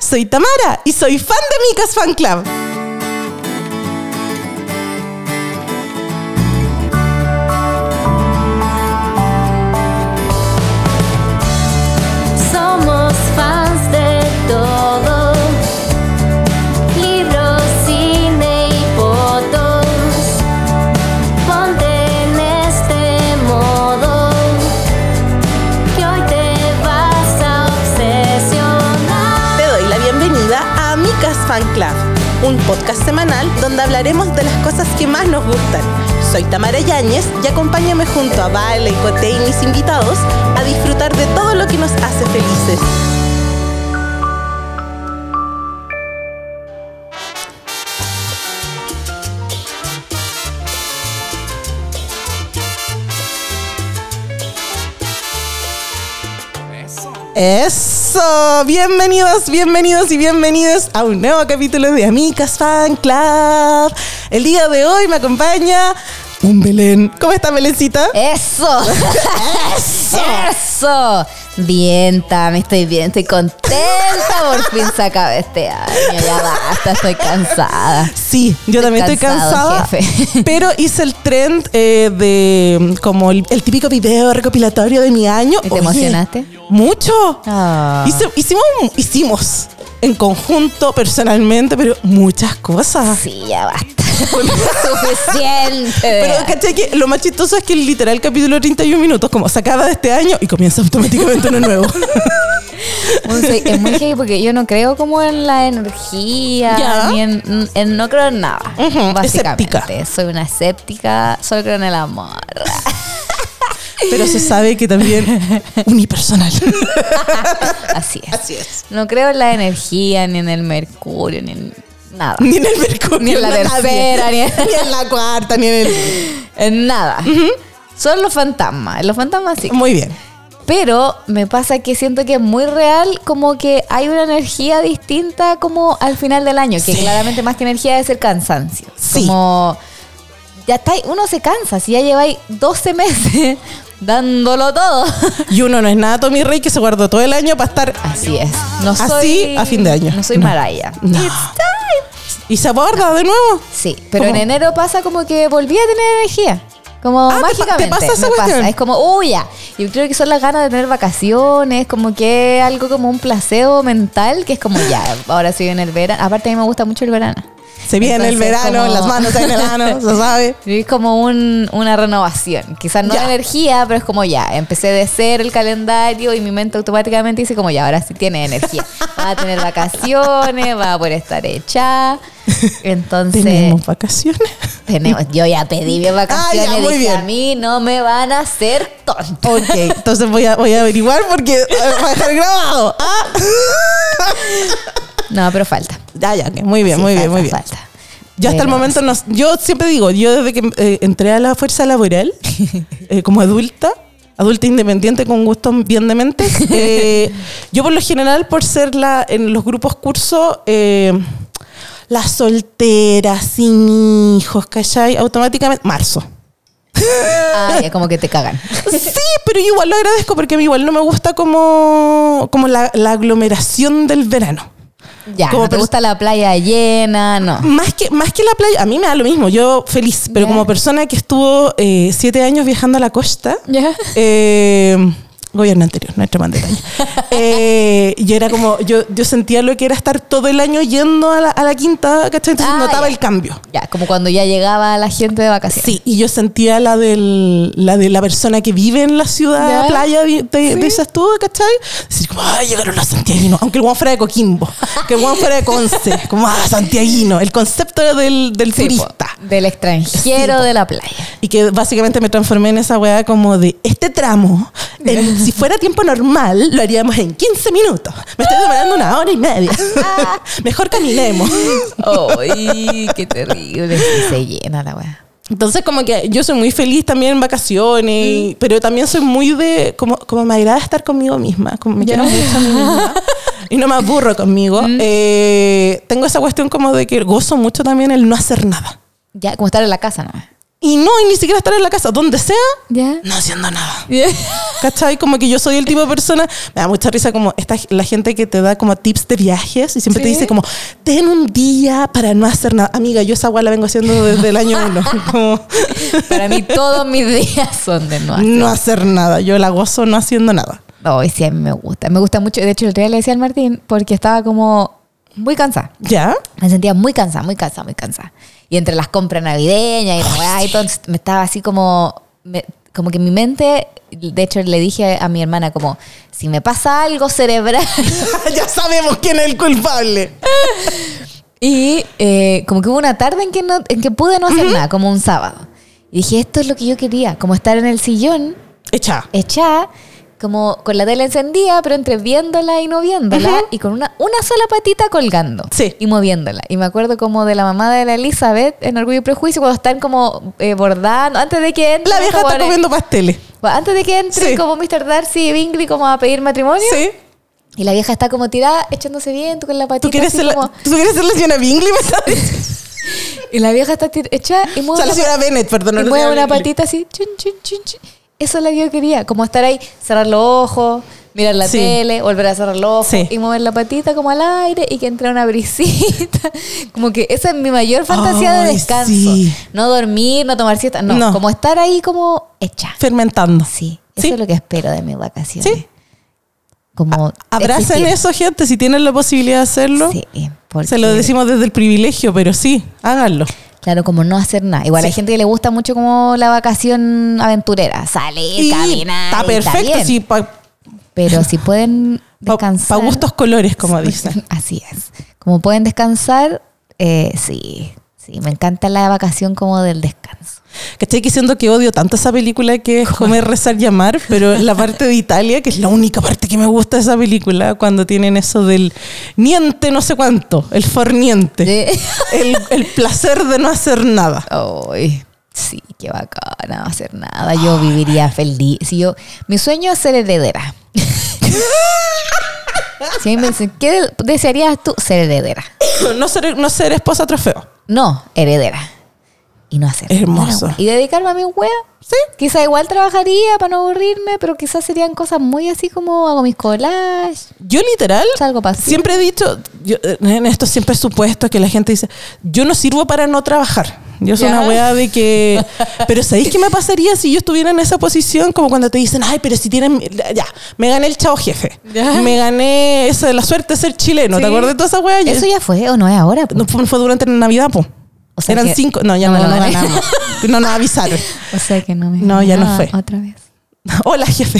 Soy Tamara y soy fan de Micas Fan Club. Somos fans de todo. Libros, cine y fotos. Ponte en este modo. Que hoy te vas a obsesionar. Te doy la bienvenida a Micas Fan Club, un podcast semanal donde hablaremos de las cosas que más nos gustan. Soy Tamara Yáñez y acompáñame junto a Vale, Cote y mis invitados a disfrutar de todo lo que nos hace felices. Eso, bienvenidos, bienvenidos y bienvenidos a un nuevo capítulo de Amigas Fan Club. El día de hoy me acompaña un Belén. ¿Cómo está Belencita? Eso. Eso. Eso. Bien, Tami, estoy bien, estoy contenta. Por fin se acaba este año. Ya basta, estoy cansada. Sí, yo Estoy también estoy cansado, cansada, jefe. pero hice el trend eh, de como el, el típico video recopilatorio de mi año. ¿Y te emocionaste? Mucho. Ah. Hice- hicimos, hicimos en conjunto, personalmente, pero muchas cosas. Sí, ya basta. Suficiente. Pero ¿cachai? que lo más chistoso es que el literal capítulo de 31 minutos, como se acaba de este año y comienza automáticamente uno nuevo. Bueno, sí, es muy heavy porque yo no creo como en la energía, Ya. ni en, en- no creo en nada. Ujú, básicamente. escéptica. Soy una escéptica, solo creo en el amor. Pero se sabe que también unipersonal. Así es. Así es. No creo en la energía, ni en el mercurio, ni en nada. Ni en el Mercurio. Ni en la nadie. tercera, ni en- ni en la cuarta, ni en el... En nada. Son los fantasmas. Los fantasmas sí. Muy bien. Pero me pasa que siento que es muy real, como que hay una energía distinta como al final del año, que Sí. claramente más que energía es el cansancio. Sí. Como ya está, uno se cansa, si ya lleváis 12 meses dándolo todo. Y uno no es nada Tommy Rey que se guardó todo el año para estar... Así es. No Así soy- a fin de año. No soy No. Maraya. No. Y se aborda de nuevo. Sí, pero ¿Cómo? en enero pasa como que volví a tener energía. Ah, Como ¿te pa- te mágicamente. pasa esa me cuestión? pasa. Es como, uy, ya. Yo creo que son las ganas de tener vacaciones, como que algo como un placebo mental, que es como ya, ahora sí viene el verano. Aparte, a mí me gusta mucho el verano. Se viene el Entonces, verano, como- las manos en el ano, se sabe. Y Es como un- una renovación. Quizás no Ya. de energía, pero es como ya. Empecé de ser el calendario y mi mente automáticamente dice como ya, ahora sí tiene energía. Va a tener vacaciones, va a poder estar hecha. Entonces... Tenemos vacaciones. Tenemos, yo ya pedí mis vacaciones, Ah, ya, muy dije, bien. a mí no me van a hacer tonto. Ok, entonces voy a, voy a averiguar porque eh, va a estar grabado. Ah. No, pero falta. Ya, ya, ok, muy bien, Sí, muy bien, falta, muy bien. falta. Yo hasta el Pero- momento, no, yo siempre digo, yo desde que eh, entré a la fuerza laboral, eh, como adulta, adulta independiente con gustos bien dementes, eh, yo por lo general, por ser la, en los grupos cursos, eh, la soltera, sin hijos, ¿cachai? Automáticamente, marzo. Ah, ya, como que te cagan. Sí, pero yo igual lo agradezco porque a mí igual no me gusta como, como la, la aglomeración del verano. Ya, Como no te pers- Mm. gusta la playa llena, no. Más que, más que la playa, a mí me da lo mismo, yo feliz, pero Ya. como persona que estuvo eh, siete años viajando a la costa, Ya. eh, gobierno anterior, no entremos en detalle, eh, yo era como, yo, yo sentía lo que era estar todo el año yendo a la, a la quinta, ¿cachai? Entonces Ah, notaba ya. el cambio. Ya, como cuando ya llegaba la gente de vacaciones. Sí, y yo sentía la, del, la de la persona que vive en la ciudad, Ya. playa de, de, de esas tú, ¿cachai? Decir, como, ah, llegaron los santiaguinos, aunque el guan fuera de Coquimbo, que el guan fuera de Conce, como, ah, santiaguino, el concepto del, del Sí, po, turista. del extranjero de la playa. Y que básicamente me transformé en esa weá como de este tramo, en- si fuera tiempo normal, lo haríamos en 15 minutos. Me estoy demorando una hora y media. Mejor caminemos. ¡Ay, qué terrible! Sí, se llena la weá. Entonces, como que yo soy muy feliz también en vacaciones, y- pero también soy muy de. Como, como me agrada estar conmigo misma, como me quiero mucho a mí misma. Y no me aburro conmigo. Eh, tengo esa cuestión como de que gozo mucho también el no hacer nada. Ya, como estar en la casa, ¿no? Y no, y ni siquiera estar en la casa, donde sea, ¿Ya? no haciendo nada. ¿Cachai? Como que yo soy el tipo de persona, me da mucha risa como esta, la gente que te da como tips de viajes y siempre te Sí. dice como, ten un día para no hacer nada. Amiga, yo esa guay la vengo haciendo desde el año uno. Como, Para mí todos mis días son de no hacer. no hacer nada, yo la gozo no haciendo nada. No, y sí, a mí me gusta. Me gusta mucho. De hecho, el día le decía al Martín porque estaba como muy cansada. ¿Ya? Me sentía muy cansada, muy cansada, muy cansada. Y entre las compras navideñas y la weá y todo, entonces me estaba así como. me- como que mi mente. De hecho, le dije a mi hermana, como, si me pasa algo cerebral. ya sabemos quién es el culpable. Y eh, como que hubo una tarde en que, no, en que pude no hacer nada, como un sábado. Y dije, esto es lo que yo quería, como estar en el sillón, Echa. echada, como con la tele encendida, pero entre viéndola y no viéndola, Ujú. y con una, una sola patita colgando Sí. y moviéndola. Y me acuerdo como de la mamá de la Elizabeth en Orgullo y Prejuicio, cuando están como eh, bordando, antes de que entre, La vieja está comiendo pasteles. antes de que entre Sí. como Mr. Darcy y Bingley como a pedir matrimonio. Sí. Y la vieja está como tirada, echándose bien, tú con la patita. ¿Tú quieres, así ser la, como- ¿Tú quieres ser la señora Bingley? me estás diciendo? Y la vieja está tir- echada y O mueve sea, la la señora Bennett, perdón. no y la mueve señora una Bingley. patita así, chun, chun, chun, chun. Eso es lo que yo quería, como estar ahí, cerrar los ojos, mirar la Sí. tele, volver a cerrar los ojos Sí. y mover la patita como al aire y que entre una brisita. Como que esa es mi mayor fantasía de Ay, descanso. sí. No dormir, no tomar siesta, no, No. como estar ahí como hecha. Fermentando. Sí, eso Sí. es lo que espero de mis vacaciones. Sí. Como Abracen existir. eso, gente, si tienen la posibilidad de hacerlo. Sí, porque- Se lo decimos desde el privilegio, pero sí, háganlo. Claro, como no hacer nada. Igual Sí. hay gente que le gusta mucho como la vacación aventurera, salir, Y caminar. está y perfecto, bien. sí, para Pero si pueden descansar. gustos colores, como dicen. Así es. Como pueden descansar, eh, sí. Sí, me encanta la vacación como del descanso. Que estoy diciendo que odio tanto esa película que es comer, rezar, llamar, pero la parte de Italia, que es la única parte que me gusta de esa película, cuando tienen eso del niente, no sé cuánto, el forniente, De- el, el placer de no hacer nada. Ay, sí, qué bacana, no hacer nada. Yo viviría feliz. Si yo, mi sueño es ser heredera. si a mí me dicen, ¿qué desearías tú? Ser heredera. No ser, no ser esposa trofeo. No, heredera. Y no hacer. Hermoso. nada, wea. Y dedicarme a mi wea. Sí. Quizá igual trabajaría para no aburrirme, pero quizás serían cosas muy así como hago mis collages, Yo literal salgo para siempre he dicho, yo, eh, en esto siempre supuesto que la gente dice, yo no sirvo para no trabajar. Yo soy Ya. una wea de que... Pero ¿sabéis qué me pasaría si yo estuviera en esa posición? Como cuando te dicen, ay, pero si tienen... Ya, me gané el chao jefe. Ya. Me gané esa de la suerte de ser chileno. Sí. ¿Te acuerdas de toda esa wea? Eso ya fue o no es ahora. po? No, fue, fue durante la Navidad, po. O sea Eran que cinco... No, ya no no, me lo no gané. ganamos. No nos avisaron. O sea que no me. No, ya no Ah, fue. Otra vez. Hola, jefe.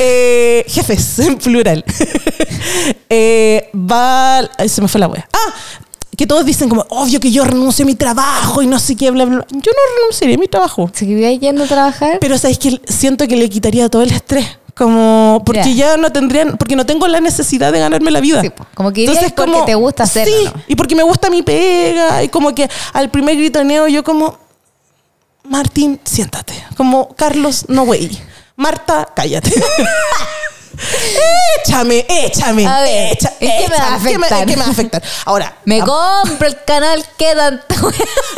Eh, jefes, en plural. Eh, va. ay, se me fue la wea. Ah, que todos dicen como, obvio que yo renuncio a mi trabajo y no sé qué, bla, bla. bla". Yo no renunciaría a mi trabajo. Seguiría yendo a trabajar. Pero sabéis que siento que le quitaría todo el estrés. Como, porque ya no tendrían, porque no tengo la necesidad de ganarme la vida. Sí, po. Como que irías porque te gusta hacerlo, Sí, ¿no? y porque me gusta mi pega, y como que al primer gritoneo yo como, Martín, siéntate. Como, Carlos, no güey. Marta, cállate. échame, échame. A ver, echa- ¿en qué me va a échame. ¿Qué me- afectar? en qué me va a afectar? Ahora, me tampoco- compro el canal que tanto.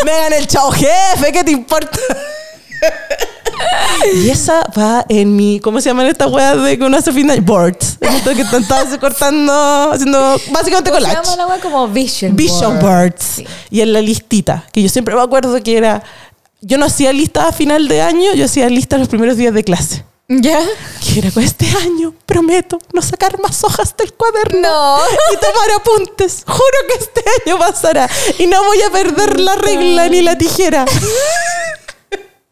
me hagan el chao jefe, ¿qué te importa? Y esa va en mi, ¿cómo se llaman estas weas de que uno hace fin de año? Boards. En esto que están cortando, haciendo básicamente Se collage. llama la wea como Vision. Vision board. Boards. Sí. Y en la listita, que yo siempre me acuerdo que era, yo no hacía listas a final de año, yo hacía listas los primeros días de clase. ¿Ya? Que era con este año, prometo, no sacar más hojas del cuaderno No. y tomar apuntes. Juro que este año pasará y no voy a perder la regla ni la tijera.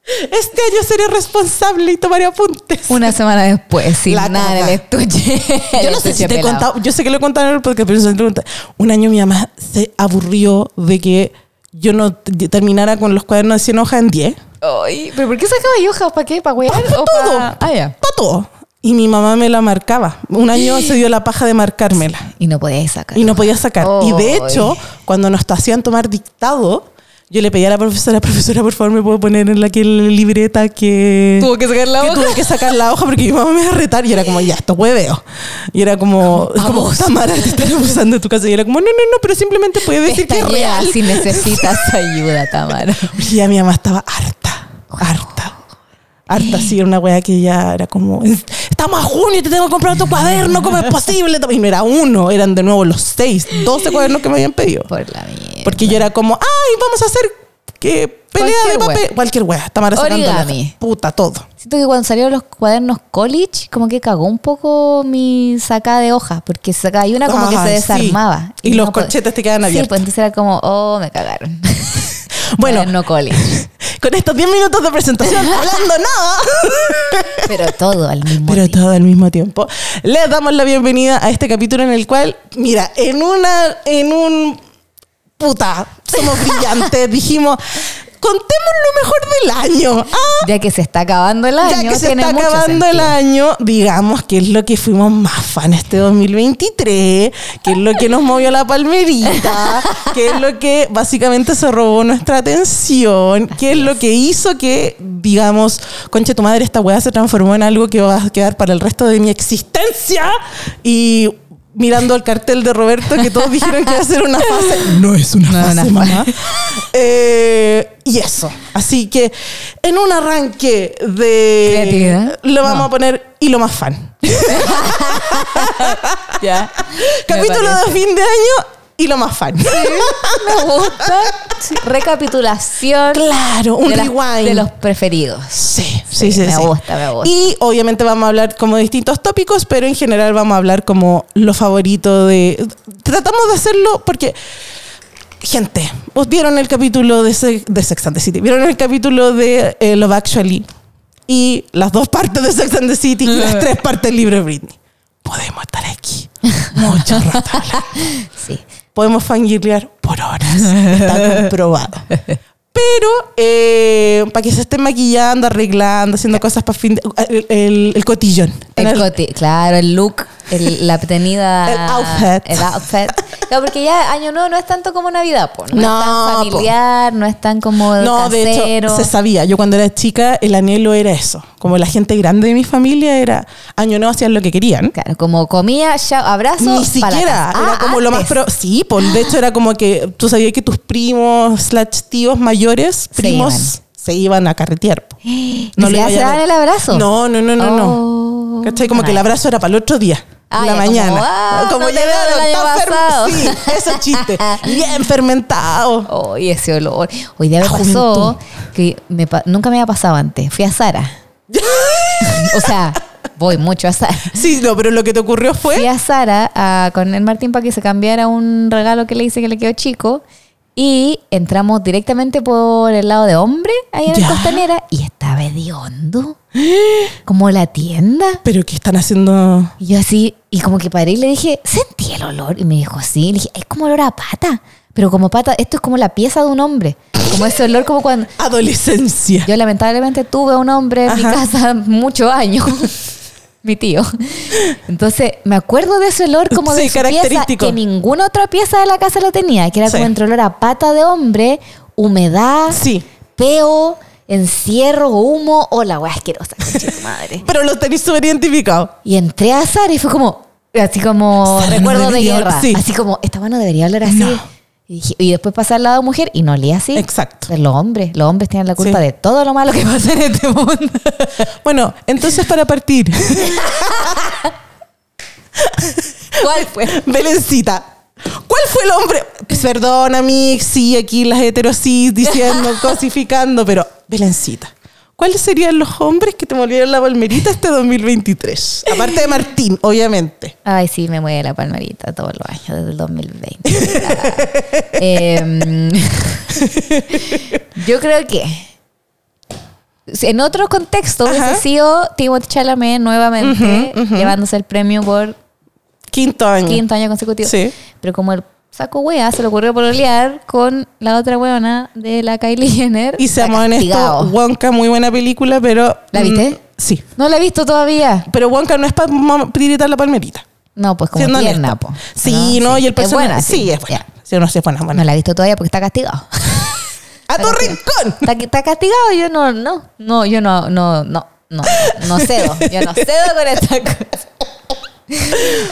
Este año seré responsable y tomaré apuntes. Una semana después, sin La nada en caga. el estuche. yo El no sé si estuche te he pelado. contado, yo sé que lo he contado en el podcast, pero se te pregunta. Un año mi mamá se aburrió de que yo no t- terminara con los cuadernos de 100 hojas en 10. Ay, ¿pero por qué sacaba hojas? ¿Para qué? ¿Para wear? Pa' ¿O todo. pa- Ah, ya. Pa' todo. Y mi mamá me la marcaba. Un año se dio la paja de marcármela. Y no podíais sacar. Y no podía sacar. Y de Ay. hecho, cuando nos hacían tomar dictado, Yo le pedí a la profesora, profesora, por favor, me puedo poner en la que la libreta que. Tuvo que sacar la que hoja. tuve que sacar la hoja porque mi mamá me iba a retar y era como, ya, esto hueveo. Y era como, es como Vamos. Tamara, te están abusando de tu casa. Y era como, no, no, no, pero simplemente puedes decir que es Estallea real. si necesitas ayuda, Tamara. Y ya mi mamá estaba harta, harta. Harta, sí, era una wea que ya era como, estamos a junio, te tengo que comprar otro cuaderno, ¿cómo es posible? Y no era uno, eran de nuevo los seis, doce cuadernos que me habían pedido. Por la mierda. Porque yo era como, ay, vamos a hacer que pelea Cualquier de papel. wea. Cualquier wea. Tamara sacando la Origami. puta, todo. Siento que cuando salieron los cuadernos college, como que cagó un poco mi sacada de hoja, porque saca- hay una como que Ah, se sí. desarmaba. Y los pod- corchetes te quedan abiertos. Sí, pues entonces era como, oh, me cagaron. Bueno. no college. Con estos 10 minutos de presentación, hablando nada. Pero todo al mismo Pero tiempo. todo al mismo tiempo. Les damos la bienvenida a este capítulo en el cual, mira, en una, en un puta, somos brillantes, dijimos, contemos lo mejor del año. Ah, Ya que se está acabando el año, ya que se tiene está mucho acabando el sentido. año, digamos que es lo que fuimos más fan este 2023, que es lo que nos movió la palmerita, que es lo que básicamente se robó nuestra atención, que es lo que hizo que, digamos, conche tu madre, esta weá se transformó en algo que va a quedar para el resto de mi existencia y mirando al cartel de Roberto que todos dijeron que iba a ser una fase. No es una No, fase, una mamá. Eh, y eso. Así que en un arranque de... Creatividad. Eh, Lo vamos No. a poner y lo más fan. Ya. Capítulo de fin de año y lo más fan. Me gusta. Sí, Recapitulación. Claro, un de las- rewind. de los preferidos. Sí, sí, sí, me sí. gusta, me gusta. Y obviamente vamos a hablar como de distintos tópicos, pero en general vamos a hablar como lo favorito de... Tratamos de hacerlo porque... Gente, vos vieron el capítulo de, Se- de Sex and the City, vieron el capítulo de eh, Love Actually y las dos partes de Sex and the City y las tres partes libres Britney. Podemos estar aquí mucho rato hablando Sí. podemos fangirlear por horas. Está comprobado. Pero para que se estén maquillando, arreglando, haciendo cosas para fin de- el, el- el cotillón. El Tener- coti- claro, el look, el- la obtenida. El outfit. El outfit. Claro, porque ya Año Nuevo no es tanto como Navidad, po. No, No, es tan po. familiar, no es tan como no, de casero. hecho, se sabía. Yo cuando era chica, el anhelo era eso. Como la gente grande de mi familia era año nuevo hacían lo que querían. Claro, como comía, ya, abrazo. Ni pa' la siquiera. casa. era Ah, como lo más antes. pro- Sí, por, de hecho era como que tú sabías que tus primos, slash tíos mayores, Se primos, iban. se iban a carretear. po. Ni No le siquiera se vaya a- daban el abrazo. No, no, no, no, Oh. no. ¿Cachai? Como que el abrazo era para el otro día. Ah, la ya, mañana. como, ah, no te llegaron veo del año tan ferm- pasado. Sí, ese chiste. Bien fermentado. Oye, ese olor. Hoy día me A pasó que me pa- nunca me había pasado antes. Fui a Sara. o sea, voy mucho a Sara. Sí, no, pero lo que te ocurrió Fui fue. a Sara a- con el Martín para que se cambiara un regalo que le hice que le quedó chico. Y entramos directamente por el lado de hombre, ahí en la Ya. costanera, y estaba hediondo. Como la tienda. Pero ¿qué están haciendo? Y yo así, y como que paré y le dije, sentí el olor. Y me dijo, sí. Le dije, es como olor a pata. Pero como pata, esto es como la pieza de un hombre. Como ese olor, como cuando. Adolescencia. Yo lamentablemente tuve a un hombre en mi Ajá. casa muchos años. mi tío. Entonces, me acuerdo de ese olor como de Sí, su pieza característico. que ninguna otra pieza de la casa lo tenía, que era Sí. como entre olor a pata de hombre, humedad, Sí. peo, encierro, humo, o la weá asquerosa, conche tu madre. Pero los tenéis súper identificados. Y entré a Sara y fue como, así como Sara no recuerdo de debería oler- guerra. sí. Así como, esta mano debería hablar así. No. Y, dije- y después pasé al lado mujer y no olía así. Exacto. Pues Los hombres, los hombres tienen la culpa Sí. de todo lo malo que pasa en este mundo. Bueno, entonces para partir, ¿Cuál fue? Belencita. ¿Cuál fue el hombre? Perdón, Amix, sí, aquí las heterosis diciendo, cosificando, pero Belencita. ¿Cuáles serían los hombres que te volvieron la palmerita este 2023? Aparte de Martín, obviamente. Ay, sí, me mueve la palmarita todos los años, desde el 2020. Em, yo creo que si en otro contexto hubiese Ajá. sido Timothée Chalamet nuevamente llevándose el premio por Quinto año. quinto año consecutivo. Mm. Sí. Pero como el saco wea se le ocurrió pololear con la otra weona de la Kylie Jenner. Y está seamos honestos, castigado. Wonka, muy buena película, pero... ¿La viste? mm, sí. No la he visto todavía. Pero Wonka no es para tiritar la palmerita. No, pues como siendo tierna, honesta. po. Ah, Sí, no, y el Es buena, personaje... Sí, es buena. Ya. Sí, no, sí, es buena, buena. No la he visto todavía porque está castigado. ¡A Está tu castigado. rincón! Está, está castigado, yo no, no, no, yo no, no, no, no, no cedo, yo no cedo con esta cosa.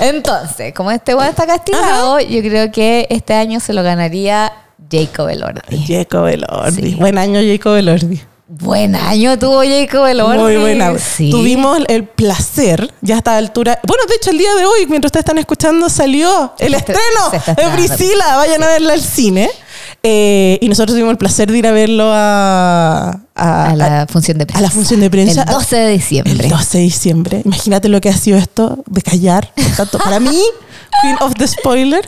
Entonces, como este weón está castigado, yo creo que este año se lo ganaría Jacob Elordi. Jacob Elordi. Sí. Buen año, Jacob Elordi. Buen año tuvo Jacob Elordi. Muy buena. Sí. eh, Tuvimos el placer, ya a esta altura. Bueno, de hecho, el día de hoy, mientras ustedes están escuchando, salió el Se está- estreno se está de estrenando. Priscila. Vayan a verla al cine. Eh, y nosotros tuvimos el placer de ir a verlo a, a- a a- la función de prensa. a la función de prensa. El 12 de diciembre. El 12 de diciembre. Imagínate lo que ha sido esto de callar. Tanto para mí, Queen of the Spoiler.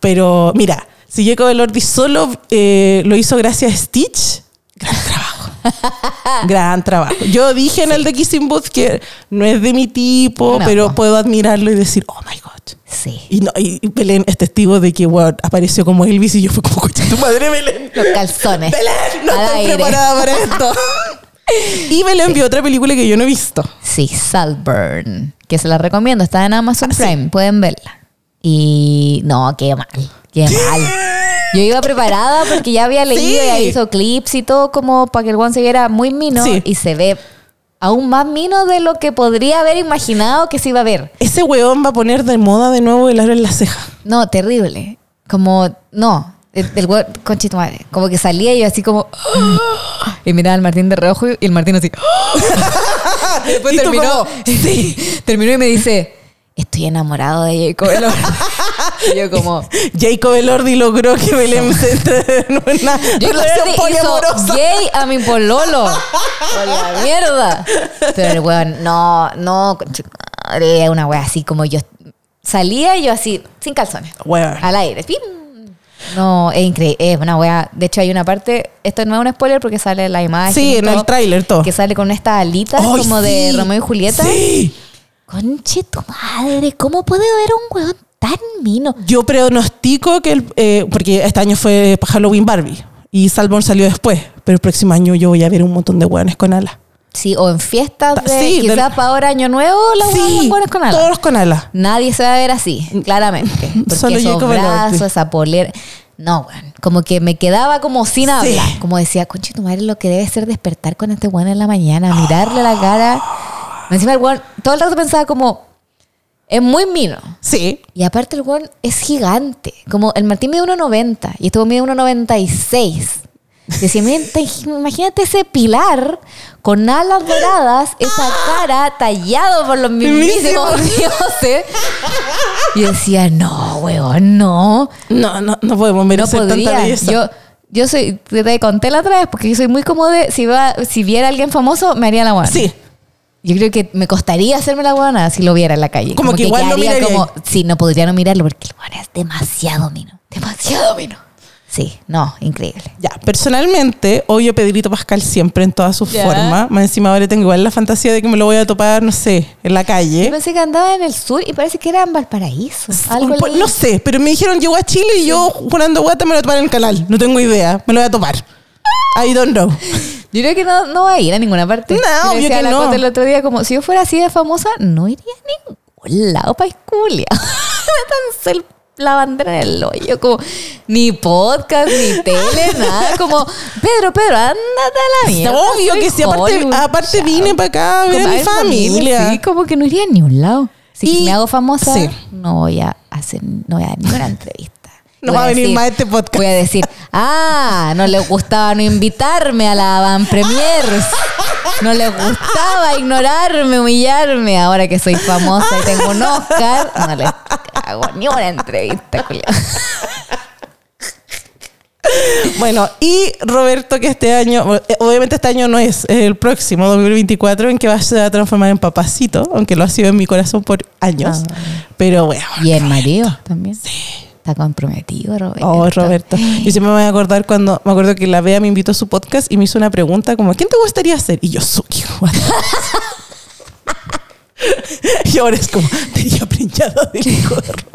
Pero mira, si Jacob Elordi solo eh, lo hizo gracias a Stitch, gran trabajo. Gran trabajo. Yo dije en el de Kissing Booth que no es de mi tipo, No, pero po. puedo admirarlo y decir, oh my God. Sí. Y, no, y Belén es testigo de que weón, apareció como Elvis y yo fue como, "Concha tu madre, Belén. Los calzones. Belén, no al estoy aire. preparada para esto. y Belén vio otra película que yo no he visto. Sí, Salburn, que se la recomiendo, está en Amazon Ah, sí. Prime, pueden verla. Y no, qué mal, qué mal. Yo iba preparada porque ya había leído Sí. y había visto clips y todo como para que el one se viera muy mino Sí. y se ve aún más mino de lo que podría haber imaginado que se iba a ver. Ese weón va a poner de moda de nuevo el aro en la ceja. No, terrible. Como, no, el, el weón, concha tu madre. Como que salía y yo así como... ¡ah! Y miraba al Martín de reojo y el Martín así... ¡ah! Y después Y tú terminó, como, terminó y me dice, estoy enamorado de Jacob. Elordi". y yo como... Jacob Elordi logró que Belén se entre en una Yo relación poliamorosa. hizo gay a mi pololo. Por la mierda. Pero el weón, no, no, conche tu madre, una wea así como yo... Salía y yo así, sin calzones. Weón. Al aire. ¡Pim! No, es increíble. Es una wea. De hecho, hay una parte. Esto no es un spoiler porque sale la imagen. Sí, y en el tráiler todo. Que sale con estas alitas ¡Ay, como de sí! Romeo y Julieta. Sí. Conche tu madre, ¿cómo puede haber un weón tan mino? Yo pronostico que, el, eh, porque este año fue Halloween Barbie y Salmon salió después, pero el próximo año yo voy a ver un montón de weones con alas. Sí, o en fiestas Ta- de. sí, quizás del- para ahora Año Nuevo, los weones son buenos con alas. todos con alas. Nadie se va a ver así, claramente. Porque Solo esos Jacob Elordi. brazos, esa polera. No, weón. Como que me quedaba como sin hablar. Como decía, conche tu madre, lo que debe ser despertar con este weón en la mañana, mirarle la cara. Encima el weón, todo el rato pensaba como, es muy mino. Sí. Y aparte el weón es gigante. Como el Martín mide 1,90 y este weón mide 1,96. Decía, "Miren, te- imagínate ese pilar con alas doradas, esa cara tallado por los mismísimos dioses. Y decía, no, weón, no. No, no, no podemos No merecer tanta podría. belleza. Yo, yo soy, te, te conté la otra vez, porque yo soy muy cómodo. Si, va- si viera a alguien famoso, me haría la guana. sí. Yo creo que me costaría hacerme la guana si lo viera en la calle. Como que igual lo quedaría miraría. como, Sí, no podría no mirarlo porque el guana es demasiado mino. Demasiado mino. Sí, no, increíble. Ya, personalmente, odio a Pedrito Pascal siempre en todas sus Ya. formas. Más encima ahora tengo igual la fantasía de que me lo voy a topar, no sé, en la Yo calle. pensé que andaba en el sur y parece que era en Valparaíso. Algo Por- leí. No sé, pero me dijeron llegó a Chile y yo jurando guata me lo voy a topar en el canal. No tengo idea, me lo voy a topar. I don't know. Yo creo que no, no va a ir a ninguna parte. No, Yo le obvio decía a que la no. Cote el otro día, como si yo fuera así de famosa, no iría a ningún lado para esculia. Tan el la bandera en el hoyo, como ni podcast, ni tele, nada. Como, Pedro, Pedro, ándate a la mierda. Obvio pues, soy que sí, aparte, Hollywood, aparte chao. vine para acá a ver Como, a mi familia. Sí, como que no iría a ningún lado. Si Y- me hago famosa, sí. no voy a hacer, no voy a dar ninguna entrevista. No Voy va a venir más este podcast. Voy a decir, ah, no les gustaba no invitarme a la Van Premier. No les gustaba ignorarme, humillarme. Ahora que soy famosa y tengo un Oscar, no les hago ni una entrevista, Julio. Bueno, y Roberto, que este año, eh, obviamente este año no es, es el próximo, 2024, en que va a se va a transformar en papacito, aunque lo ha sido en mi corazón por años. Ah. Pero bueno. Y el marido también. Está comprometido, Roberto. Oh, Roberto. Yo siempre me voy a acordar cuando me acuerdo que la Bea me invitó a su podcast y me hizo una pregunta como, ¿quién te gustaría ser? Y yo, Suki. what the- y ahora es como, tenía preñado del hijo de Roberto.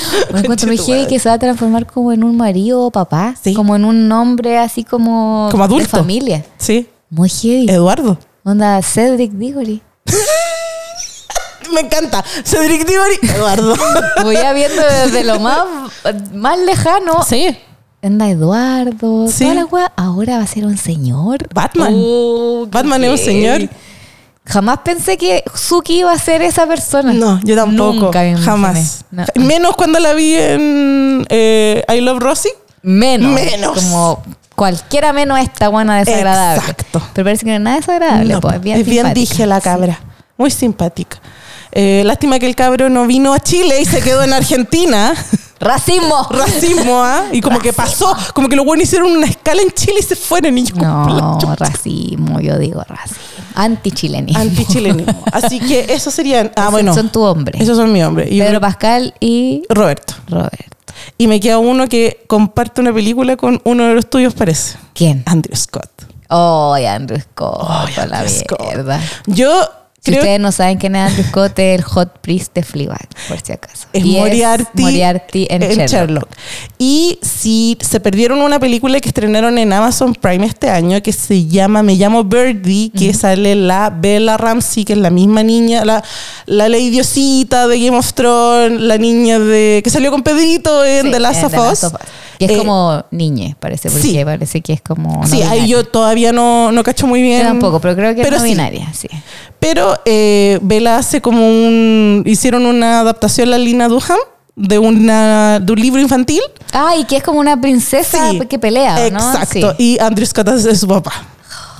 Pues Me encuentro muy heavy que se va a transformar como en un marido o papá. Sí. Como en un hombre así como, Como adulto. Eh. de familia. Sí, Muy heavy. Eduardo. Onda Cedric Diggory. Me encanta. Cedric Diggory, Eduardo. Voy ya viendo desde lo más, más lejano sí. Enda Eduardo, Sí. toda la wea, ahora va a ser un señor. Batman. Oh, qué Batman es un heavy. señor. Jamás pensé que Suki iba a ser esa persona. No, yo tampoco. Nunca me imaginé. jamás. No. Menos cuando la vi en eh, I Love Rosie. Menos. Menos. Como cualquiera menos esta buena desagradable. Exacto. Pero parece que no es nada desagradable. No, pues, po, es bien, simpática. dije la cabra. Muy simpática. Eh, lástima que el cabro no vino a Chile y se quedó en Argentina. ¡Racismo! Racismo, ¿ah? Y como que pasó, como que los buenos hicieron una escala en Chile y se fueron. Y yo, No, racismo, yo digo racismo. Antichilenismo. antichilenismo. Así que esos serían. Ah, Esos bueno. son tu hombre. Esos son mi hombre. Y Pedro Pascal y Roberto. Robert. Y me queda uno que comparte una película con uno de los tuyos, parece. ¿Quién? Andrew Scott. Oh, Andrew Scott. con la Ah. Andrew Scott. mierda. Yo Si creo ustedes no saben quién es Andrew Scott, es el hot priest de Fleabag, por si acaso. Es Y es Moriarty, Moriarty en, Sherlock. Y si se perdieron una película que estrenaron en Amazon Prime este año que se llama Me llamo Birdie, que sale la Bella Ramsey, que es la misma niña, la, la ley diosita de Game of Thrones, la niña de que salió con Pedrito en Sí, The Last en of Us. Y es Eh, como niñe, parece, porque sí. parece que es como. no Sí, ahí binaria. yo todavía no, no cacho muy bien. Yo tampoco, pero creo que es no sí. binaria, sí. Pero eh, Bella hace como un. Hicieron una adaptación la Lina Duham de, una, de un libro infantil. Ah, y que es como una princesa Sí. Ah, pues que pelea, ¿o ¿no? Exacto. Sí. Y Andrew Scott es su papá.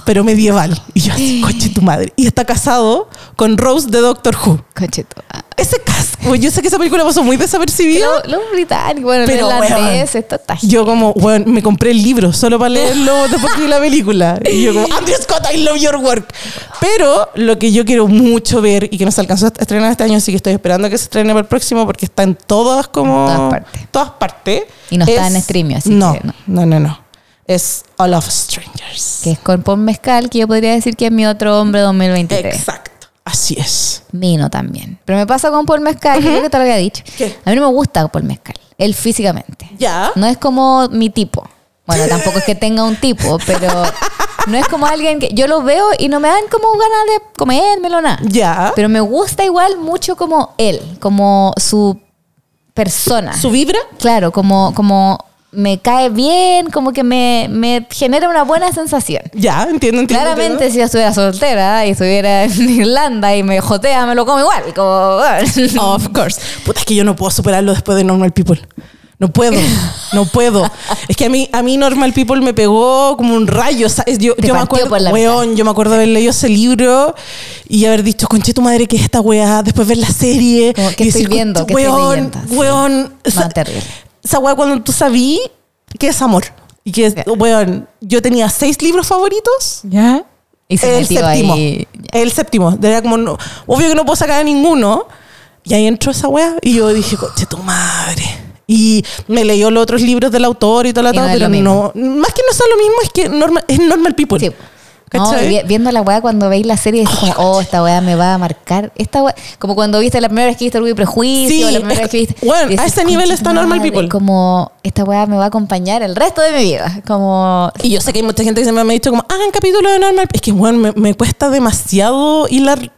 Pero medieval. Y yo así, coche tu madre. Y está casado con Rose de Doctor Who. Cocheto. Ah, Ese casco. Yo sé que esa película pasó muy que desapercibida. Los los británicos, bueno, los Pero, irlandeses, weón, esto está Yo como, bueno, me compré el libro solo para leerlo después de la película. Y yo como, Andrew Scott, I love your work. Pero lo que yo quiero mucho ver y que no se alcanzó a estrenar este año, así que estoy esperando que se estrene para el próximo porque está en todas como... En todas partes. todas partes. Y no está en streaming, así no, que no. No, no, no. Es All of Strangers. que es con Paul Mezcal, que yo podría decir que es mi otro hombre 2023. Exacto. Así es. Mino también. Pero me pasa con Paul Mezcal, que creo que te lo había dicho. ¿Qué? A mí no me gusta Paul Mezcal, él físicamente. Ya. No es como mi tipo. Bueno, tampoco es que tenga un tipo, pero no es como alguien que yo lo veo y no me dan como ganas de comérmelo nada. Ya. Pero me gusta igual mucho como él, como su persona. ¿Su vibra? claro, como, como me cae bien, como que me, me genera una buena sensación. Ya, entiendo, entiendo. Claramente, entiendo. si yo estuviera soltera y estuviera en Irlanda y me jotea, me lo como igual. Como, Oh, Of course. Puta, es que yo no puedo superarlo después de Normal People. No puedo, no puedo. Es que a mí, a mí Normal People me pegó como un rayo. ¿sabes? Yo, Te yo me partió acuerdo, por la weón, yo me acuerdo haber leído ese libro y haber dicho, conche tu madre, ¿qué es esta weá? Después ver la serie. Como, ¿qué y estoy viendo? ¿Qué estoy weón, leyendo? Sí. weón. No, esa- terrible. esa weá cuando tú sabí que es amor. Y que, es- Ya. weón, yo tenía seis libros favoritos ¿Ya? Y se el metió séptimo. ahí. El séptimo. Era como, no- obvio que no puedo sacar a ninguno. Y ahí entró esa wea y yo dije, coche, tu madre. Y me leyó los otros libros del autor y todo lo Y no es pero lo no. Más que no sea lo mismo, es que normal, es normal people. Sí. No, ¿Cachai? y vi- viendo la weá cuando veis la serie, decís como, oh, esta weá me va a marcar. Esta weá, como cuando viste la primera vez que viste Orgullo y Prejuicio, Sí, la primera es- vez que viste. bueno, decís, a ese nivel "Concha está tu Normal madre", People. Como, esta weá me va a acompañar el resto de mi vida. Como, Y yo sé que hay mucha gente que se me ha dicho como, hagan capítulo de Normal. Es que, bueno, me, me cuesta demasiado hilar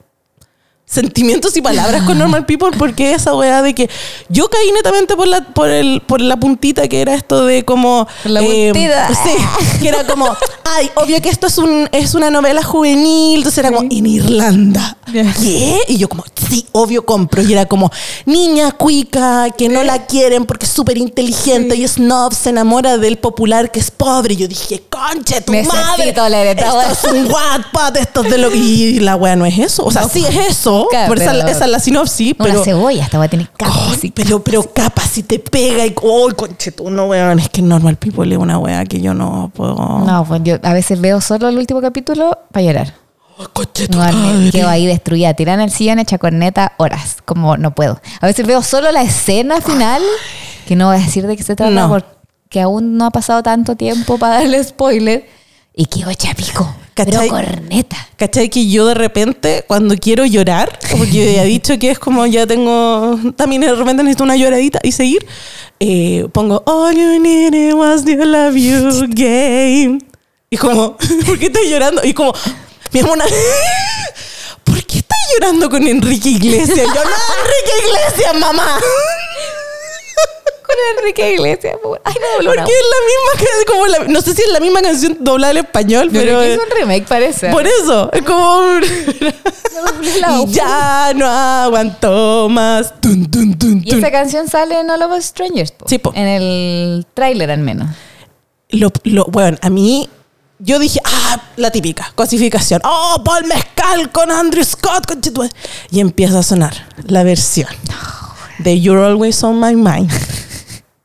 sentimientos y palabras con Normal People porque esa weá de que yo caí netamente por la, por el, por la puntita que era esto de como... eh, Por la puntita. Sí, que era como, ay, obvio que esto es, un, es una novela juvenil. Entonces era como, en Irlanda. Ya. ¿Qué? Y yo como, sí, obvio compro. Y era como, niña cuica, que no la quieren porque es súper inteligente y snob, se enamora del popular que es pobre. Y yo dije, conche, tu Necesito madre. leer esta esto wea". es un Wattpad, esto es de lo que... Y la wea no es eso. O sea, sí es eso. pues, Claro, por esa, pero- esa es la sinopsis, una pero... Oh, cebolla, esta weá tiene capas. Ay, pero, pero capa, si te pega y... ¡Ay, conche, tú no, weón! Es que normal people es una wea que yo no puedo... No, pues yo a veces veo solo el último capítulo para llorar. Ay, conche tu No, me madre. quedo ahí destruida, tirada en el sillón, hecha corneta horas, como no puedo. A veces veo solo la escena final, que no voy a decir de qué se trata, No. porque aún no ha pasado tanto tiempo para darle spoiler, y quedo hecha pico, pero ¿Cachai? corneta. ¿Cachai? Que yo de repente, cuando quiero llorar, como que ya he dicho que es como ya tengo, también de repente necesito una lloradita y seguir, eh, pongo All you needed was the love you game. Y como, ¿por qué estás llorando? Y como, mi amor, ¿por qué estás llorando con Enrique Iglesias? Yo no, Enrique Iglesias, mamá. Con Enrique Iglesias. pues, Ay, no, Porque es la dobló una- misma canción, como la- no sé si es la misma canción doblada al español, Yo creo pero... que eh, es un remake, parece. Por eso, es como un- No, doblé la Y ya no aguanto más. Tun, tun, tun, Y tun. esa canción sale en All of Us Strangers. po. Sí, po. En el tráiler al menos. Lo, lo- bueno, a mí, yo dije, ah, la típica, cosificación. Oh, Paul Mezcal con Andrew Scott. con Chitu-". y empieza a sonar la versión de You're Always on My Mind.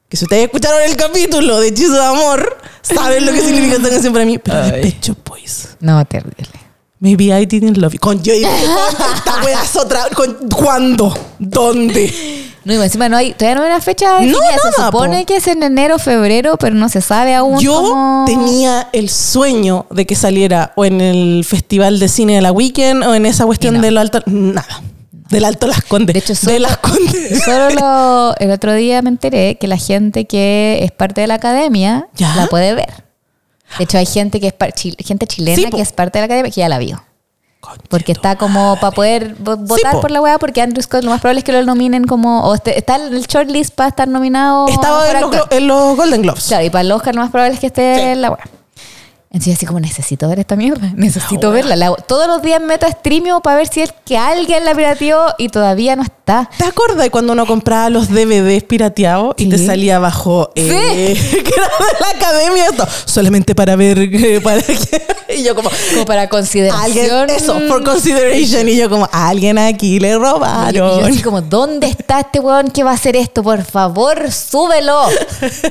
Que si ustedes escucharon el capítulo de Hechizo de Amor, saben lo que significa esta canción para mí. Pero de Ay. pecho, pues. No, terrible. Maybe I didn't love you. Con yo dije, "Con esta wea es otra. Con, ¿Cuándo? ¿Dónde? No, y encima no hay, todavía no hay una fecha No, definida. Se nada, po. supone que es en enero, febrero, pero no se sabe aún. Yo cómo- tenía el sueño de que saliera o en el Festival de Cine de la Weekend o en esa cuestión Y no. del Alto. Nada. Del Alto Las Condes. De hecho, solo- de Las Condes. Solo lo- el otro día me enteré que la gente que es parte de la academia ¿Ya? la puede ver. De hecho, hay gente que es par- chi- gente chilena Sí, po. que es parte de la academia que ya la vio. Conche Porque tu está como para poder vo- votar Ah, po. por la weá, porque Andrew Scott lo más probable es que lo nominen como. O este- está en el shortlist para estar nominado. madre. Estaba por en los, actor. glo- en los Golden Globes. Claro, y para el Oscar lo más probable es que esté Sí. en la weá. Entonces, yo así como necesito ver esta mierda, necesito La weá. verla. La- todos los días meto a streamio para ver si es que alguien la pirateó y todavía no está. ¿Te acuerdas cuando uno compraba los DVDs pirateados y te Sí. salía abajo eh, que era de la academia esto? Solamente para ver eh, para que- y yo como Como para alguien consideración. eso for consideration y yo como a alguien aquí le Y yo- y yo robaron así como, ¿dónde está este weón que va a hacer esto? Por favor, súbelo.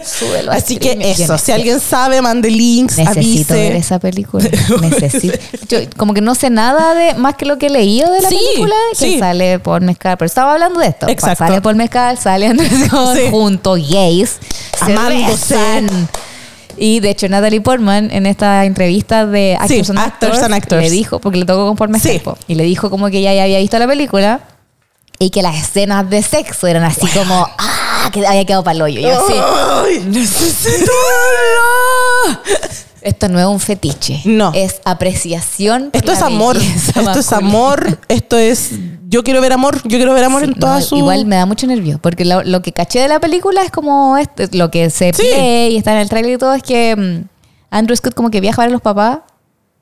Súbelo. a así que streaming. Yo eso si necesito- alguien sabe mande links Necesito ver avise esa película. Necesito. Yo como que no sé nada de más que lo que he leído de la Sí, película que sí. sale por Mezcal. Pero estaba hablando de esto. Exacto. Sale por Mezcal, sale Andrés Gon, Sí. juntos, gays, se Amándose. besan. Y de hecho Natalie Portman en esta entrevista de Sí, Actors, and, Actors Actors, and Actors. le dijo, porque le tocó con por Mezcal, Sí. po, y le dijo como que ella ya había visto la película y que las escenas de sexo eran así como, ah, que había quedado para el hoyo. Y yo Oh. así, Ay, necesito verla. esto no es un fetiche. No. Es apreciación. por esto la es amor belleza esto es masculina. amor esto es yo quiero ver amor yo quiero ver amor Sí, en toda no, su Igual me da mucho nervio, porque lo, lo que caché de la película es como este, lo que se Sí. ve y está en el trailer y todo, es que mm, Andrew Scott como que viaja a ver a los papás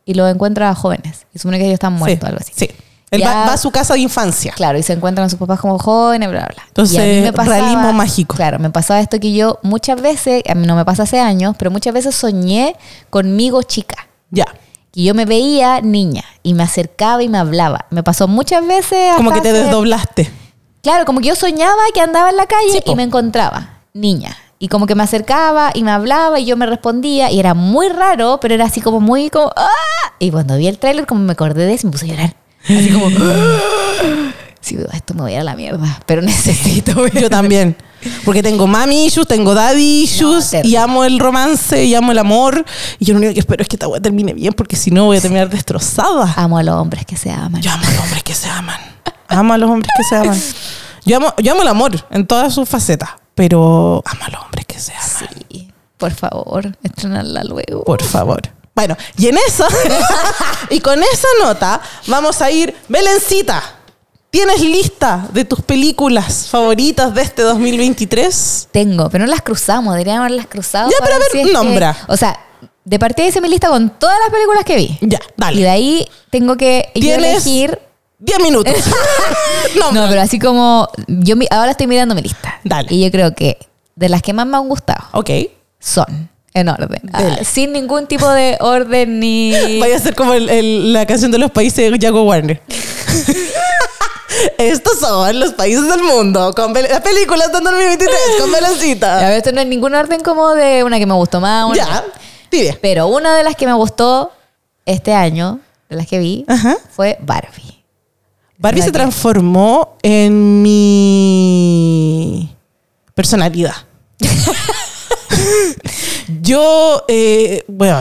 y los encuentra a jóvenes. Y supone que ellos están muertos sí, o algo así. sí. Él Ya- va, va a su casa de infancia Claro, y se encuentran a sus papás como jóvenes, bla, bla, bla. Entonces, Y a mí me pasaba- realismo mágico. Claro, me pasaba esto que yo muchas veces, a mí no me pasa hace años, pero muchas veces soñé conmigo chica. ya que yo me veía niña y me acercaba y me hablaba. Me pasó muchas veces. como que hasta te hace- desdoblaste Claro, como que yo soñaba que andaba en la calle Sí, po. y me encontraba niña. Y como que me acercaba y me hablaba y yo me respondía y era muy raro, pero era así como muy como... ¡Ah! Y cuando vi el tráiler como me acordé de eso y me puse a llorar. Así como... "Ah". Sí, digo, esto me voy a ir a la mierda, pero necesito ver. Yo también. Porque tengo mami issues, tengo daddy issues, terrible. y amo el romance, y amo el amor. Y yo lo único que espero es que esta weá termine bien, porque si no voy a terminar destrozada. Amo a los hombres que se aman. Yo amo a los hombres que se aman. Amo a los hombres que se aman. Yo amo, yo amo el amor en todas sus facetas, pero amo a los hombres que se aman. Sí, por favor, estrenarla luego. Por favor. Bueno, y en eso, y con esa nota, vamos a ir, Belencita, ¿tienes lista de tus películas favoritas de este 2023? Tengo, pero no las cruzamos, deberían haberlas cruzado. Ya, pero para a ver, es que- nombra. o sea, de partida hice mi lista con todas las películas que vi. Ya, dale. Y de ahí tengo que yo Tienes- elegir. 10 minutos. no, No, pero así como. Yo mi- ahora estoy mirando mi lista. Dale. Y yo creo que de las que más me han gustado Ok. son, en orden. Ah, Dele. sin ningún tipo de orden ni. Vaya a ser como el- el- la canción de los países de Jago Warner. Estos son los países del mundo. Con pel- las películas de 2023 con A Belencita. ver, esto no es ningún orden como de una que me gustó más. una- Ya. Tibia. Pero una de las que me gustó este año, de las que vi, Ajá. fue Barbie. Barbie se Ok. transformó en mi personalidad. Yo, eh, bueno,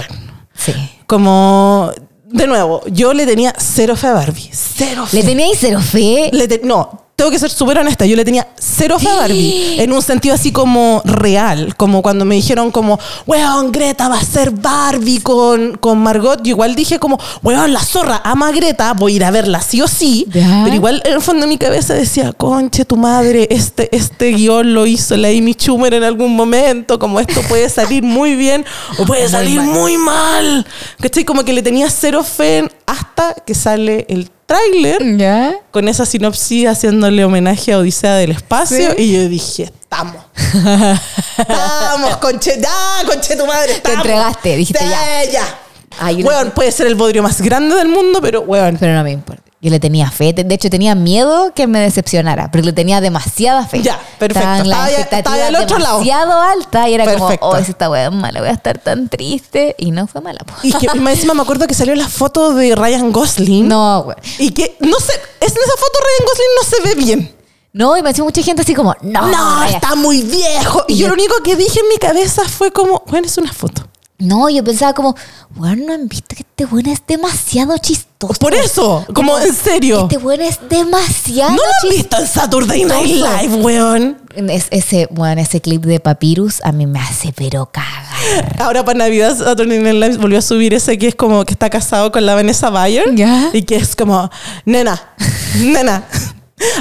Sí. como de nuevo, yo le tenía cero fe a Barbie, cero fe. Le teníais cero fe. Le te- no, tengo que ser súper honesta, yo le tenía cero fe a Barbie, en un sentido así como real, como cuando me dijeron como, weón, Greta va a ser Barbie con, con Margot, yo igual dije como, weón, la zorra ama a Greta, voy a ir a verla sí o sí, Ya. pero igual en el fondo de mi cabeza decía, conche tu madre, este, este guión lo hizo la Amy Schumer en algún momento, como esto puede salir muy bien o puede Muy salir mal. muy mal, ¿cachai? Como que le tenía cero fe en- hasta que sale el tráiler ¿Ya? con esa sinopsis haciéndole homenaje a Odisea del Espacio y yo dije, estamos. Estamos, conche, ya, conche tu madre, estamos. entregaste, dijiste, ya. ya. Ay, Ah, yo le- Weón, puede ser el bodrio más grande del mundo, pero weón. Pero no me importa. Yo le tenía fe. De hecho, tenía miedo que me decepcionara, pero le tenía demasiada fe. Ya, perfecto. Estaban las Estaba ya- estaba expectativas ya al otro lado. demasiado alta y era Perfecto. como, oh, es esta weá es mala, voy a estar tan triste. Y no fue mala, po. Y que más encima me acuerdo que salió la foto de Ryan Gosling. No, weón. Y que, no sé, es en esa foto Ryan Gosling no se ve bien. No, y me decía mucha gente así como, No, no, Ryan". está muy viejo. Y Y yo yo- lo único que dije en mi cabeza fue como, bueno, es una foto. No, yo pensaba como, weón, no han visto que este weón es demasiado chistoso. Por eso, como en serio. Este weón es demasiado ¿No lo han chistoso. visto en Saturday Night Chistoso. Live, weón? Es- ese, weón, ese clip de Papyrus a mí me hace pero cagar. Ahora para Navidad Saturday Night Live volvió a subir ese que es como que está casado con la Vanessa Bayer. Ya. Y que es como, nena, nena,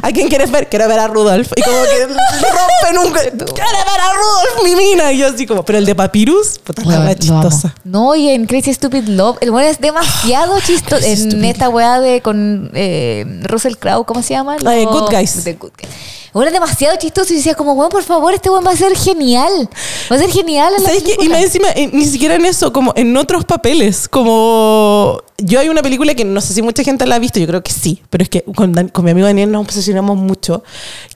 ¿a quién quieres ver? Quiero ver a Rudolf. Y como que rompen un... Quiero ver a Rudolf, mi mina. Y yo así como, pero el de Papyrus, puta, la Weón, más lo amo. chistosa. Ah, No, y en Crazy Stupid Love, el weón es demasiado chistoso. Crazy En Stupid esta weá de con eh, Russell Crowe, ¿cómo se llama? La Ah, de Los- Good Guys. de Good Guys. El weón es demasiado chistoso y decía como, weón, por favor, este weón va a ser genial. Va a ser genial. En la ¿Sabes qué? Y película". más encima, eh, ni siquiera en eso, como en otros papeles. Como. Yo hay una película que no sé si mucha gente la ha visto, yo creo que sí, pero es que con, Dan- con mi amigo Daniel nos obsesionamos mucho,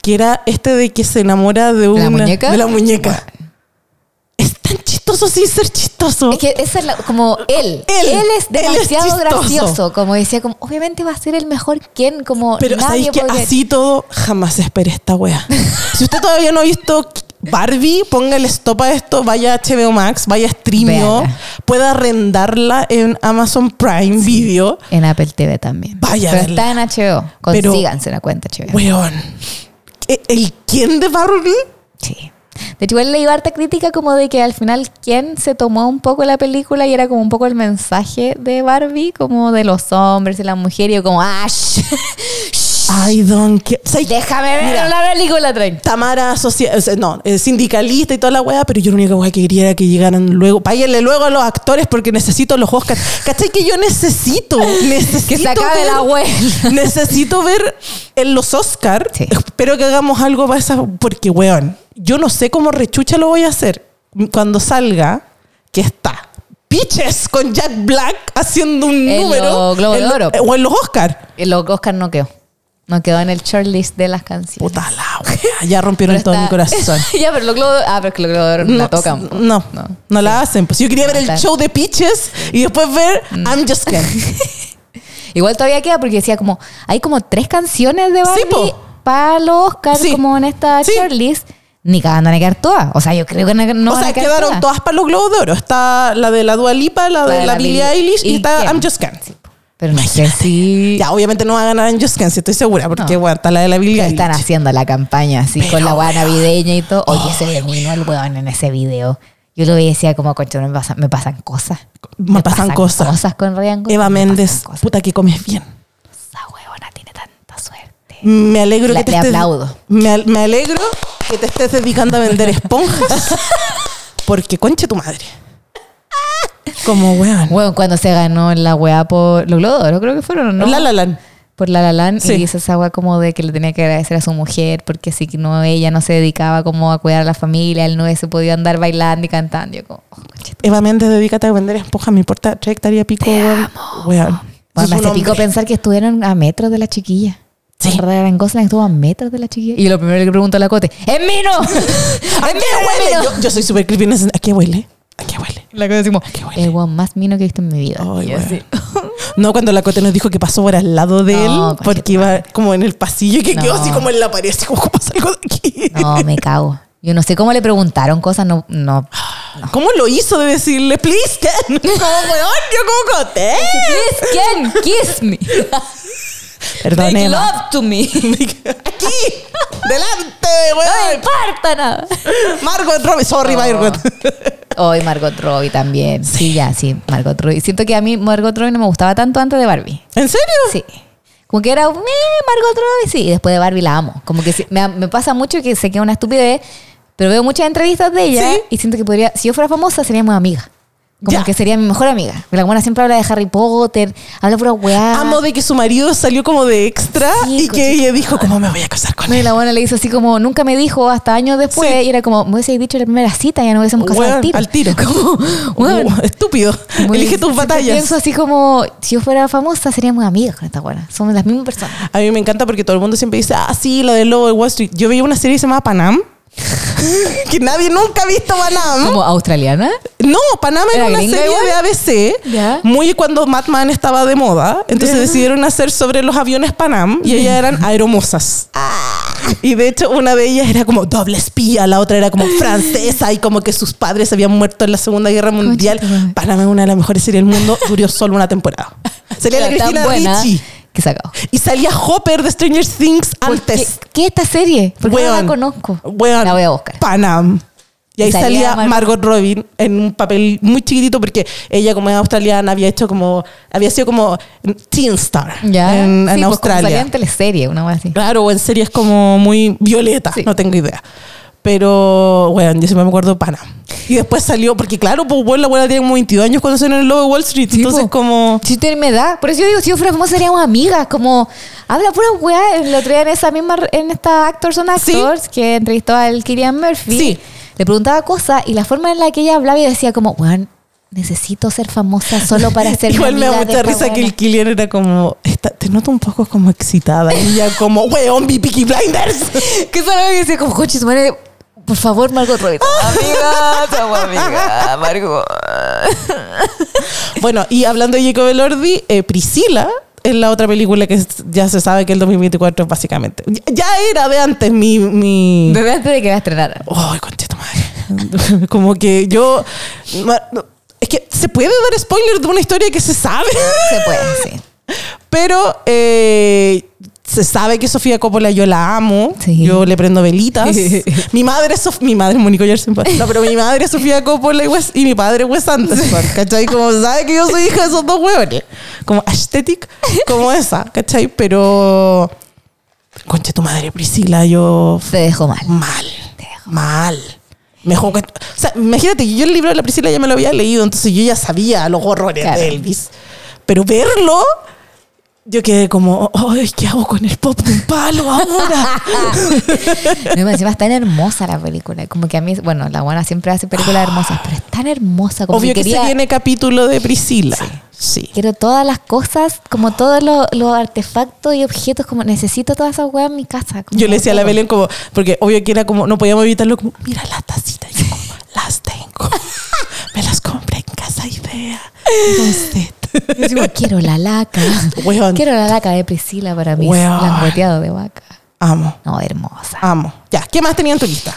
que era este de que se enamora de una. la muñeca? De la muñeca. Es tan chistoso sin ser chistoso. Es que esa es la- como él. Él. Él, es Él es demasiado chistoso. gracioso. Como decía, como obviamente va a ser el mejor quien, como pero nadie ¿sabéis que podría- así todo jamás espere esta wea? si usted todavía no ha visto Barbie, póngale stop a esto, vaya a HBO Max, vaya a Streamio, Véala. pueda arrendarla en Amazon Prime Video. En Apple TV también. Vaya a Pero verla. está en HBO. Pero- Consíganse la cuenta HBO. Weón. ¿E- ¿El quién de Barbie? Sí. De hecho, igual leí harta crítica como de que al final quien se tomó un poco la película y era como un poco el mensaje de Barbie, como de los hombres y las mujeres, y yo como, ¡ah! sh- sh- I don't care. ¿Sabes qué? ¡Déjame ver Mira. la película, train! Tamara, socia- o sea, no, eh, sindicalista y toda la weá, pero yo la única weá que quería era que llegaran luego. Páguenle luego a los actores porque necesito los Oscars. ¿Cachai? Que yo necesito. necesito Que se acabe ver- la web. Necesito ver en los Oscars. Sí. Espero que hagamos algo para esa. Porque, weón, yo no sé cómo rechucha lo voy a hacer cuando salga, que está. Pitches con Jack Black haciendo un En número. los Globos en de lo- Oro. O en los Oscars. Y los Oscar no quedó. No quedó en el shortlist de las canciones. Puta la wea, Ya rompieron Pero todo mi está- corazón. ya, pero los globos. Ah, pero es que los globos de Oro no la tocan. po. No, no, la hacen. Pues yo quería ver el Está- Mm. show de Pitches y después ver I'm Just Ken. Igual todavía queda porque decía como, hay como tres canciones de Barbie Sí, po. para los Oscars Sí. como en esta Sí. shortlist. Ni que van a quedar todas. O sea, yo creo que no no o van sea, a quedar quedaron todas. todas para los Globos de Oro. Está la de la Dua Lipa, la de la, Billie Eilish y, está Ken. I'm Just Ken. Sí, po. Pero no sé si Ya, obviamente no va a ganar I'm Just Ken, si estoy segura, porque No. bueno, está la de la Billie ya Eilish. están haciendo la campaña así Pero, con la weá weón. navideña y todo. Oye, se ve vino el weón en ese video. Yo lo veía y decía como, concha, no me pasan, me pasan cosas. Me pasan cosas. cosas con Ryan Gosling, Eva me pasan Méndez, cosas. puta que comes bien. Esa huevona tiene tanta suerte. Me alegro La- que te le estés. aplaudo. Me, al- me alegro que te estés dedicando a vender esponjas. porque conche tu madre. Como weón. Bueno, cuando se ganó la weá por los Globos de Oro, creo que fueron, ¿o ¿no? La la la. Por La La Land Sí. y hizo esa weá como de que le tenía que agradecer a su mujer porque si no ella no se dedicaba como a cuidar a la familia, él no hubiese podido andar bailando y cantando. Yo como, oh, conchita. Eva Méndez, dedícate a vender esponjas. Me importa tres hectáreas pico, weón. Weón. Bueno, Sos me un hace pico hombre. pensar que estuvieron a metros de la chiquilla. Sí. Ryan Gosling estuvo a metros de la chiquilla. Y lo primero que pregunto a la Cote, ¡Es Mino! ¿A qué ¡Es Mino! huele? Yo, yo soy súper creepy en ese- ¿A qué huele? ¿A qué huele? La Cote decimos, qué huele? el weón más Mino que he visto en mi vida. Ay, Y yo weón. así, No, cuando la Cote nos dijo que pasó por al lado de No, él, conche porque tu iba como en el pasillo y que No. quedó así como en la pared, así como, ¿cómo salgo de aquí? No, me cago. Yo no sé cómo le preguntaron cosas, no, no. ¿Cómo lo hizo de decirle, please, Ken? Como, weón, yo como Cote. Kiss, Ken, kiss me. Perdón, Make Emma. love to me. ¡Aquí! ¡Delante, No me weón! importa nada. Margot Robbie, sorry, Oh. Margot. Hoy Margot Robbie también. Sí, ya, sí, Margot Robbie. Siento que a mí Margot Robbie no me gustaba tanto antes de Barbie. ¿En serio? Sí. Como que era, un, "Eh, Margot Robbie, sí. Y después de Barbie la amo. Como que sí, me, me pasa mucho que sé que es una estupidez, pero veo muchas entrevistas de ella Sí. y siento que podría, si yo fuera famosa, sería muy amiga. Como Ya. que sería mi mejor amiga. La buena siempre habla de Harry Potter, habla pura weá. Amo de que su marido salió como de extra Sí, y que ella dijo, ¿cómo me voy a casar con Y él? la buena le hizo así como, nunca me dijo, hasta años después. Sí. Y era como, me hubiese dicho en la primera cita, ya no hubiésemos casado Weón, al tiro. al tiro. Como, weón, Uh, estúpido. Muy- Elige tus siempre batallas. Pienso así como, si yo fuera famosa, seríamos amigas con esta buena. Somos las mismas personas. A mí me encanta porque todo el mundo siempre dice, ah, sí, lo del lobo de Wall Street. Yo veía una serie que se llamaba Panam. que nadie nunca ha visto Panam. ¿Como australiana? No, Panam era, ¿Era una gringa serie igual? de ABC, Ya. muy cuando Madman estaba de moda. Entonces Ya. decidieron hacer sobre los aviones Panam y ellas eran aeromosas. Ah. Y de hecho una de ellas era como doble espía, la otra era como francesa y como que sus padres habían muerto en la Segunda Guerra Mundial. tu madre. Panam es una de las mejores series del mundo, duró solo una temporada. Salía la Era tan Cristina buena Ricci Que se acabó. y salía Hopper de Stranger Things ¿Por antes. ¿Qué, qué esta serie? Porque no la Weón. conozco. Weón. La voy a buscar. Panam. Y ahí Y salía salía, Margot- Margot Robin en un papel muy chiquitito porque ella como es australiana había hecho como había sido como teen star Ya. en, Sí, en pues, como Salía Australia. en teleserie, una vez así. Claro, o en series como muy violeta, Sí. no tengo idea. Pero, weón, yo siempre me acuerdo Panam. Y después salió, porque claro, pues weón, la abuela tiene como 22 años cuando salió en el Lobo de Wall Street. Sí, pues. entonces, po. como... Si usted me da, por eso yo digo, si yo fuera famosa seríamos amigas, como habla pura weá, el otro día en esa misma, re- en esta Actors on Sí. Actors, que entrevistó al Kirian Murphy, Sí. le preguntaba cosas y la forma en la que ella hablaba y decía como, weón, necesito ser famosa solo para ser Igual me da amiga de mucha esta risa que weona". el Killian era como, "Está- te noto un poco como excitada. Y ya como, weón, mi Peaky Blinders. Que solo me decía como, coche, su madre, por favor, Margot Robbie. Ah. Amiga, somos amigas, Margot. bueno, y hablando de Jacob Elordi, eh, Priscila es la otra película que es- ya se sabe que el 2024 es básicamente. Ya- Ya era de antes mi... mi... Desde antes de que la estrenara. ¡Ay, concha tu madre! como que yo... ma- no, Es que se puede dar spoiler de una historia que se sabe. Se puede, sí. Pero eh, se sabe que Sofía Coppola yo la amo. Sí. Yo le prendo velitas. mi madre es Sof- mi madre es Mónica Yersin. No, pero mi madre es Sofía Coppola y, Wes- y mi padre es Wes Anderson. ¿Cachai? Como sabe que yo soy hija de esos dos huevones. Como aesthetic, como esa, ¿cachai? Pero. Concha tu madre, Priscila, yo. Te dejó mal. Mal. Te dejo. Mal. Mejor que. O sea, imagínate que yo el libro de la Priscila ya me lo había leído, entonces yo ya sabía los horrores Claro. de Elvis. Pero verlo, yo quedé como, ¡ay, qué hago con el pop de un palo ahora! No, y encima es tan hermosa la película. Como que a mí, bueno, la buena siempre hace películas hermosas, pero es tan hermosa. Como Obvio que, quería, se viene capítulo de Priscila. Sí. Quiero todas las cosas, como todos los, los artefactos y objetos, como necesito todas esas weas en mi casa. como Yo le decía a la todo. Belén como, porque obvio que era como, no podíamos evitarlo, como, mira las tacitas, yo como, las tengo. Me las compré en casa idea. Era un set. Yo digo, quiero la laca. Weón. Quiero la laca de Priscila para mí. Weón. Langoteado de vaca. Amo, No, hermosa. amo. Ya, ¿qué más tenía en tu lista?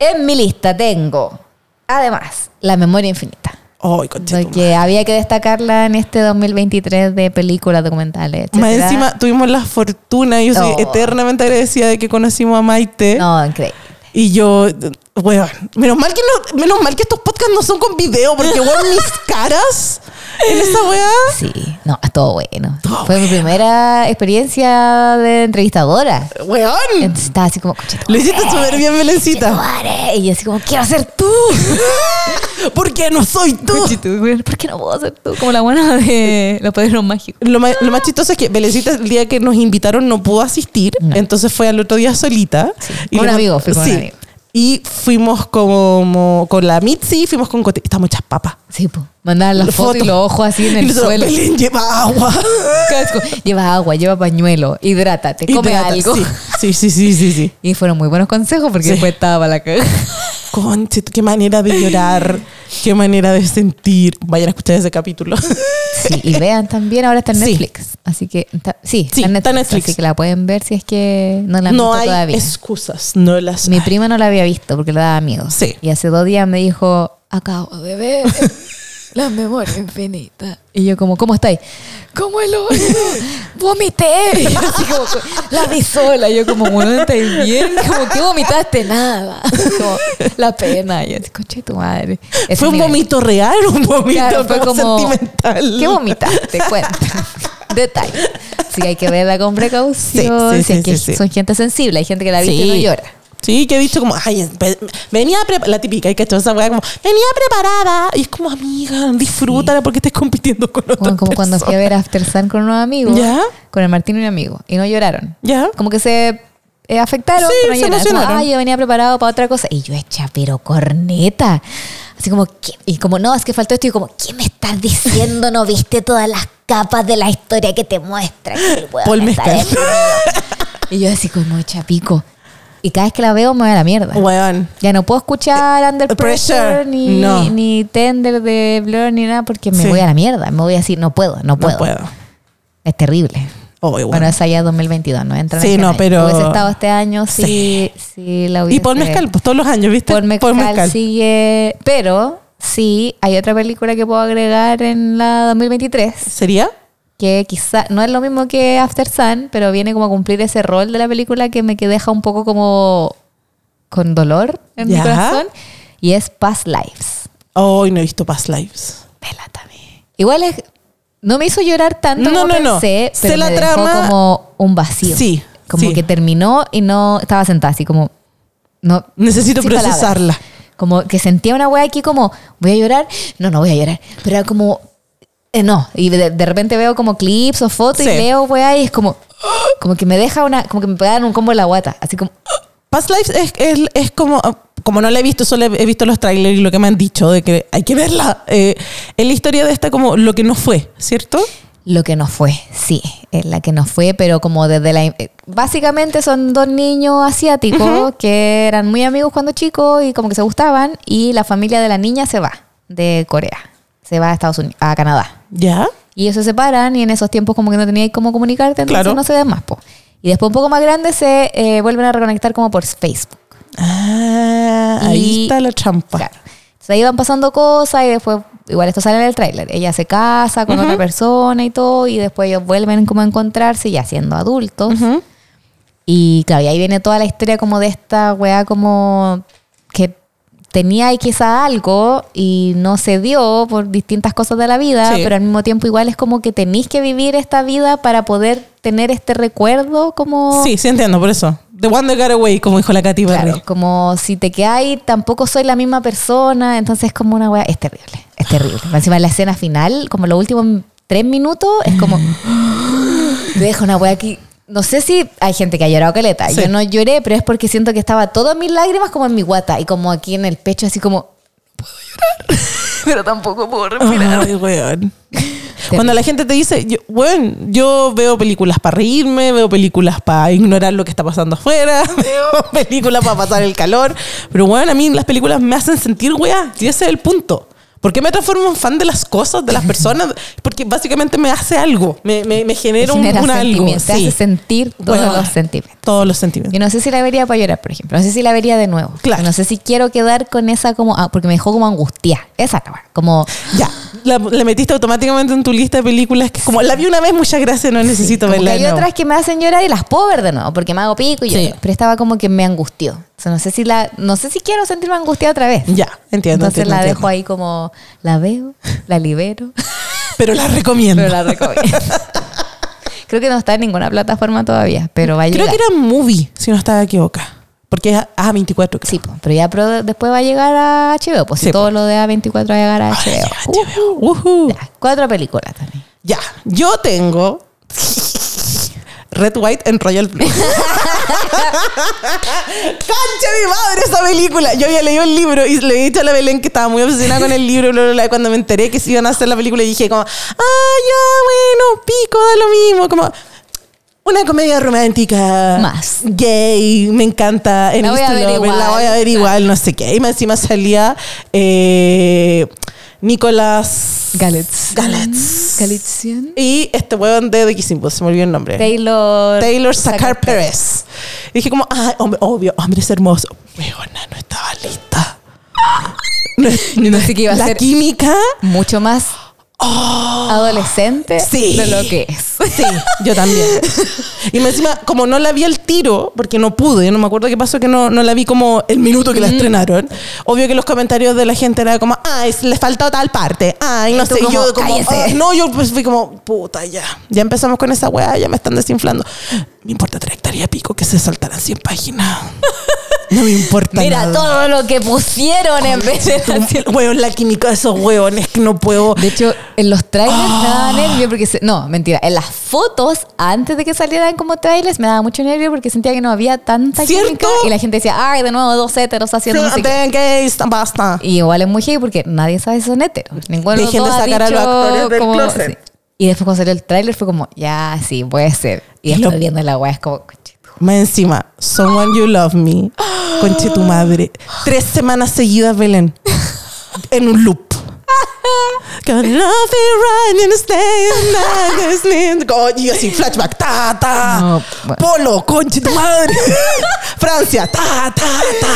En mi lista tengo, además, la memoria infinita. Ay, concha tu Porque había que destacarla en este 2023 de películas, documentales, Más etcétera. encima tuvimos la fortuna, yo soy Oh. eternamente agradecida de que conocimos a Maite. No, increíble. Y yo, weón, menos mal, que no- menos mal que estos podcasts no son con video, porque weón, mis caras en esa weá. Sí, no, estuvo bueno. Estuvo Fue mi primera experiencia de entrevistadora. Weón, Entonces estaba así como, "Conchito, lo hiciste súper bien, Belencita. madre. Y yo así como, quiero ser tú. Porque no soy tú. Conchito, güey, ¿Por qué no puedo ser tú? Como la buena de los padrinos mágicos. Lo más, lo más chistoso es que Belencita el día que nos invitaron no pudo asistir, entonces fue al otro día solita. Con un le- amigo, fui con un amigo. Y fuimos como con la Mitzi, fuimos con Cote. Estamos muchas papas. Sí, pues. Mandaban las La fotos foto. y los ojos así en Y el nosotros, suelo. Belén lleva agua. Casco. Lleva agua, lleva pañuelo, hidrátate, come Hidrata, algo. Sí, sí, sí, sí, sí. Y fueron muy buenos consejos porque Sí. después estaba para la cagada. Conche, qué manera de llorar, qué manera de sentir. Vayan a escuchar ese capítulo. Sí, y vean también, ahora está en Sí. Netflix. Así que, está- sí, Sí, está en Netflix. Así que la pueden ver si es que no la han No visto hay todavía. excusas, no las Mi hay. prima no la había visto porque le daba miedo. Sí. Y hace dos días me dijo, acabo de ver La memoria infinita. Y yo como, ¿cómo estáis? ¿Cómo el hoyo? Vomité. Y así como, la vi sola. Yo como, bueno, ¿estáis bien? Como, ¿qué vomitaste? Nada. Como, la pena. Y yo así, coche tu madre. Ese ¿Fue un nivel. vómito real o un vómito Claro, fue como como, sentimental? ¿Qué vomitaste? Cuenta. Detalle. Sí, hay que verla con precaución. Sí, sí, si es sí, que sí, sí. Son gente sensible. Hay gente que la viste y no llora. Sí, que he visto como, ay, pe- venía preparada, la típica, que esa weá como, venía preparada. Y es como, amiga, disfrútala porque estés compitiendo con otra Como, como cuando fui a ver After Sun con unos amigos. ¿Ya? Con el Martín y un amigo. Y no lloraron. ¿Ya? Como que se eh, afectaron, Sí, pero no se lloraron. Como, emocionaron. "Ay, yo venía preparado para otra cosa. Y yo hecha, pero corneta. Así como, ¿qué? y como, no, es que faltó esto. Y como, ¿qué me estás diciendo? No viste todas las capas de la historia que te muestra. que el hueón Paul está Mezcal. deprimido". Y yo así como, chapico. Y cada vez que la veo me va a la mierda. Weón. Ya no puedo escuchar Under Pressure, Eh, Pressure, ni, no. ni Tender de Blur ni nada porque me Sí. voy a la mierda. Me voy a decir, no puedo, no puedo. No puedo. Es terrible. Oh, Bueno, weón. esa ya es 2022, no entra en Sí, este no, año. pero- Hubiese estado este año si, Sí. si la hubiese... y Paul Mezcal, pues todos los años, ¿viste? Paul Mezcal sigue... Pero sí, hay otra película que puedo agregar en la 2023 ¿Sería? que quizá no es lo mismo que After Sun, pero viene como a cumplir ese rol de la película que me que deja un poco como con dolor en mi Ya. corazón y es Past Lives. Hoy no he visto Past Lives. Vela también. Igual es no me hizo llorar tanto No, como no, no. pensé, Sé pero la me dejó trama. como un vacío. Sí, Como sí. que terminó y no estaba sentada así como no Necesito sin palabras. procesarla. Como que sentía una wea aquí como, voy a llorar, no, no voy a llorar, pero era como, eh, no, y de, de repente veo como clips o fotos y Sí. leo wea y es como, como que me deja una, como que me pegan un combo en la guata, así como, Past Lives es, es- es como, como no la he visto, solo he visto los trailers y lo que me han dicho de que hay que verla. Eh, es la historia de esta como lo que no fue, ¿cierto? lo que no fue, sí, es la que no fue, pero como desde la... eh, Básicamente son dos niños asiáticos que eran muy amigos cuando chicos y como que se gustaban y la familia de la niña se va de Corea, se va a Estados Unidos, a Canadá. ¿Ya? Y ellos se separan y en esos tiempos como que no teníais cómo comunicarte, entonces Claro. no se ven más. po. Y después un poco más grandes se eh, vuelven a reconectar como por Facebook. Ah, ahí Y- está la trampa. Claro. Entonces ahí van pasando cosas y después, igual esto sale en el tráiler, ella se casa con otra persona y todo y después ellos vuelven como a encontrarse ya siendo adultos. Ujú. Y claro, y ahí viene toda la historia como de esta weá como que tenía ahí quizá algo y no se dio por distintas cosas de la vida, Sí. pero al mismo tiempo igual es como que tenéis que vivir esta vida para poder tener este recuerdo como... Sí, sí entiendo, por eso. The One That Got Away, como dijo la Katy Perry. Claro, como si te quedáis, tampoco soy la misma persona, entonces es como una weá, es terrible, es terrible. Encima la escena final, como los últimos tres minutos, es como, te dejo una weá aquí. No sé si hay gente que ha llorado caleta, Sí. yo no lloré, pero es porque siento que estaba todas mis lágrimas como en mi guata y como aquí en el pecho, así como, Pero tampoco puedo Ay, weón. Cuando la gente te dice, yo, bueno, yo veo películas para reírme, veo películas para ignorar lo que está pasando afuera, veo películas para pasar el calor, pero bueno, a mí las películas me hacen sentir weá, y ese es el punto. ¿Por qué me transformo en fan de las cosas, de las personas? Porque básicamente me hace algo, me, me, me genera, un, genera un algo. sentimientos, te sí. hace sentir todos Weón. los sentimientos. Todos los sentimientos. Y no sé si la vería para llorar, por ejemplo. No sé si la vería de nuevo. Claro. No sé si quiero quedar con esa como, ah, porque me dejó como angustia. Esa la weá, como... Ya, la, la metiste automáticamente en tu lista de películas que es como la vi una vez, muchas gracias, no necesito Como que verla. de hay nuevo. otras que me hacen llorar y las puedo ver de nuevo porque me hago pico y yo. Sí. Pero estaba como que me angustió. O sea, no sé si la, no sé si quiero sentirme angustiada otra vez. Ya, entiendo. Entonces entiendo, la entiendo. dejo ahí como, la veo, la libero, Pero la recomiendo. pero la recomiendo. Creo que no está en ninguna plataforma todavía, pero va a Creo llegar. que era movie, si no estaba equivocada. Porque es A24, creo. Sí, po, pero ya pro- después va a llegar a HBO. Pues si Sí, po. todo lo de A24 va a llegar a Ahora HBO. llega Uh, HBO. Ujú. ya, cuatro películas también. Ya. yo tengo Red, White and Royal Blue. ¡Concha de mi madre esa película! Yo había leído el libro y le he dicho a la Belén que estaba muy obsesionada con el libro. bla, bla, bla, y cuando me enteré que se iban a hacer la película, dije como, ¡ah, ya, bueno, pico, da lo mismo! Como... Una comedia romántica. Más. Gay, me encanta. En La voy a East Lover, averiguar. La voy a averiguar, no sé qué. Y más encima salía eh, Nicolás Galets. Galatz. Galitsian. y este huevón de The Kissing Booth, se me olvidó el nombre. Taylor. Taylor Sacar Pérez. Y dije como, ay, hombre, obvio, hombre, es hermoso. Weona, no estaba lista. Yo pensé que iba a la ser Oh. química. mucho más adolescente Sí. de lo que es. Sí, yo también. Y me encima, como no la vi al tiro, porque no pude, no me acuerdo qué pasó, que no, no la vi como el minuto que la estrenaron. Obvio que los comentarios de la gente era como, ay, le faltó tal parte, ay, no Y tú sé. Y como, yo como, "Cállese". "Ah", no, yo pues fui como, puta, ya. Ya empezamos con esa weá, ya me están desinflando. Me importa tres hectáreas pico que se saltaran 100 páginas. No me importa Mira nada. todo lo que pusieron en vez de la Tu- Weón, la química de esos hueones que no puedo. De hecho, en los trailers Ah. me daba nervio porque... se- no, mentira. En las fotos, antes de que salieran como trailers, me daba mucho nervio porque sentía que no había tanta ¿Cierto? química. Y la gente decía, ay, de nuevo dos héteros haciendo no sé qué". Fronten, gays, basta. Y igual es muy heavy porque nadie sabe si son héteros. Ninguno de los Dejen de dos ha sacar a los dicho actores del como- closet. sí. Y después cuando salió el tráiler fue como, ya, sí, puede ser. Y Y después lo- viendo la weá es como... "Conchito". Más encima, Someone You Love Me, conche tu madre. Tres semanas seguidas, Belén. En un loop. Got nothing right in the state, nothing's in- Go- Y así, flashback, ta, ta. No, bueno. Polo, conche tu madre. Francia, ta, ta, ta.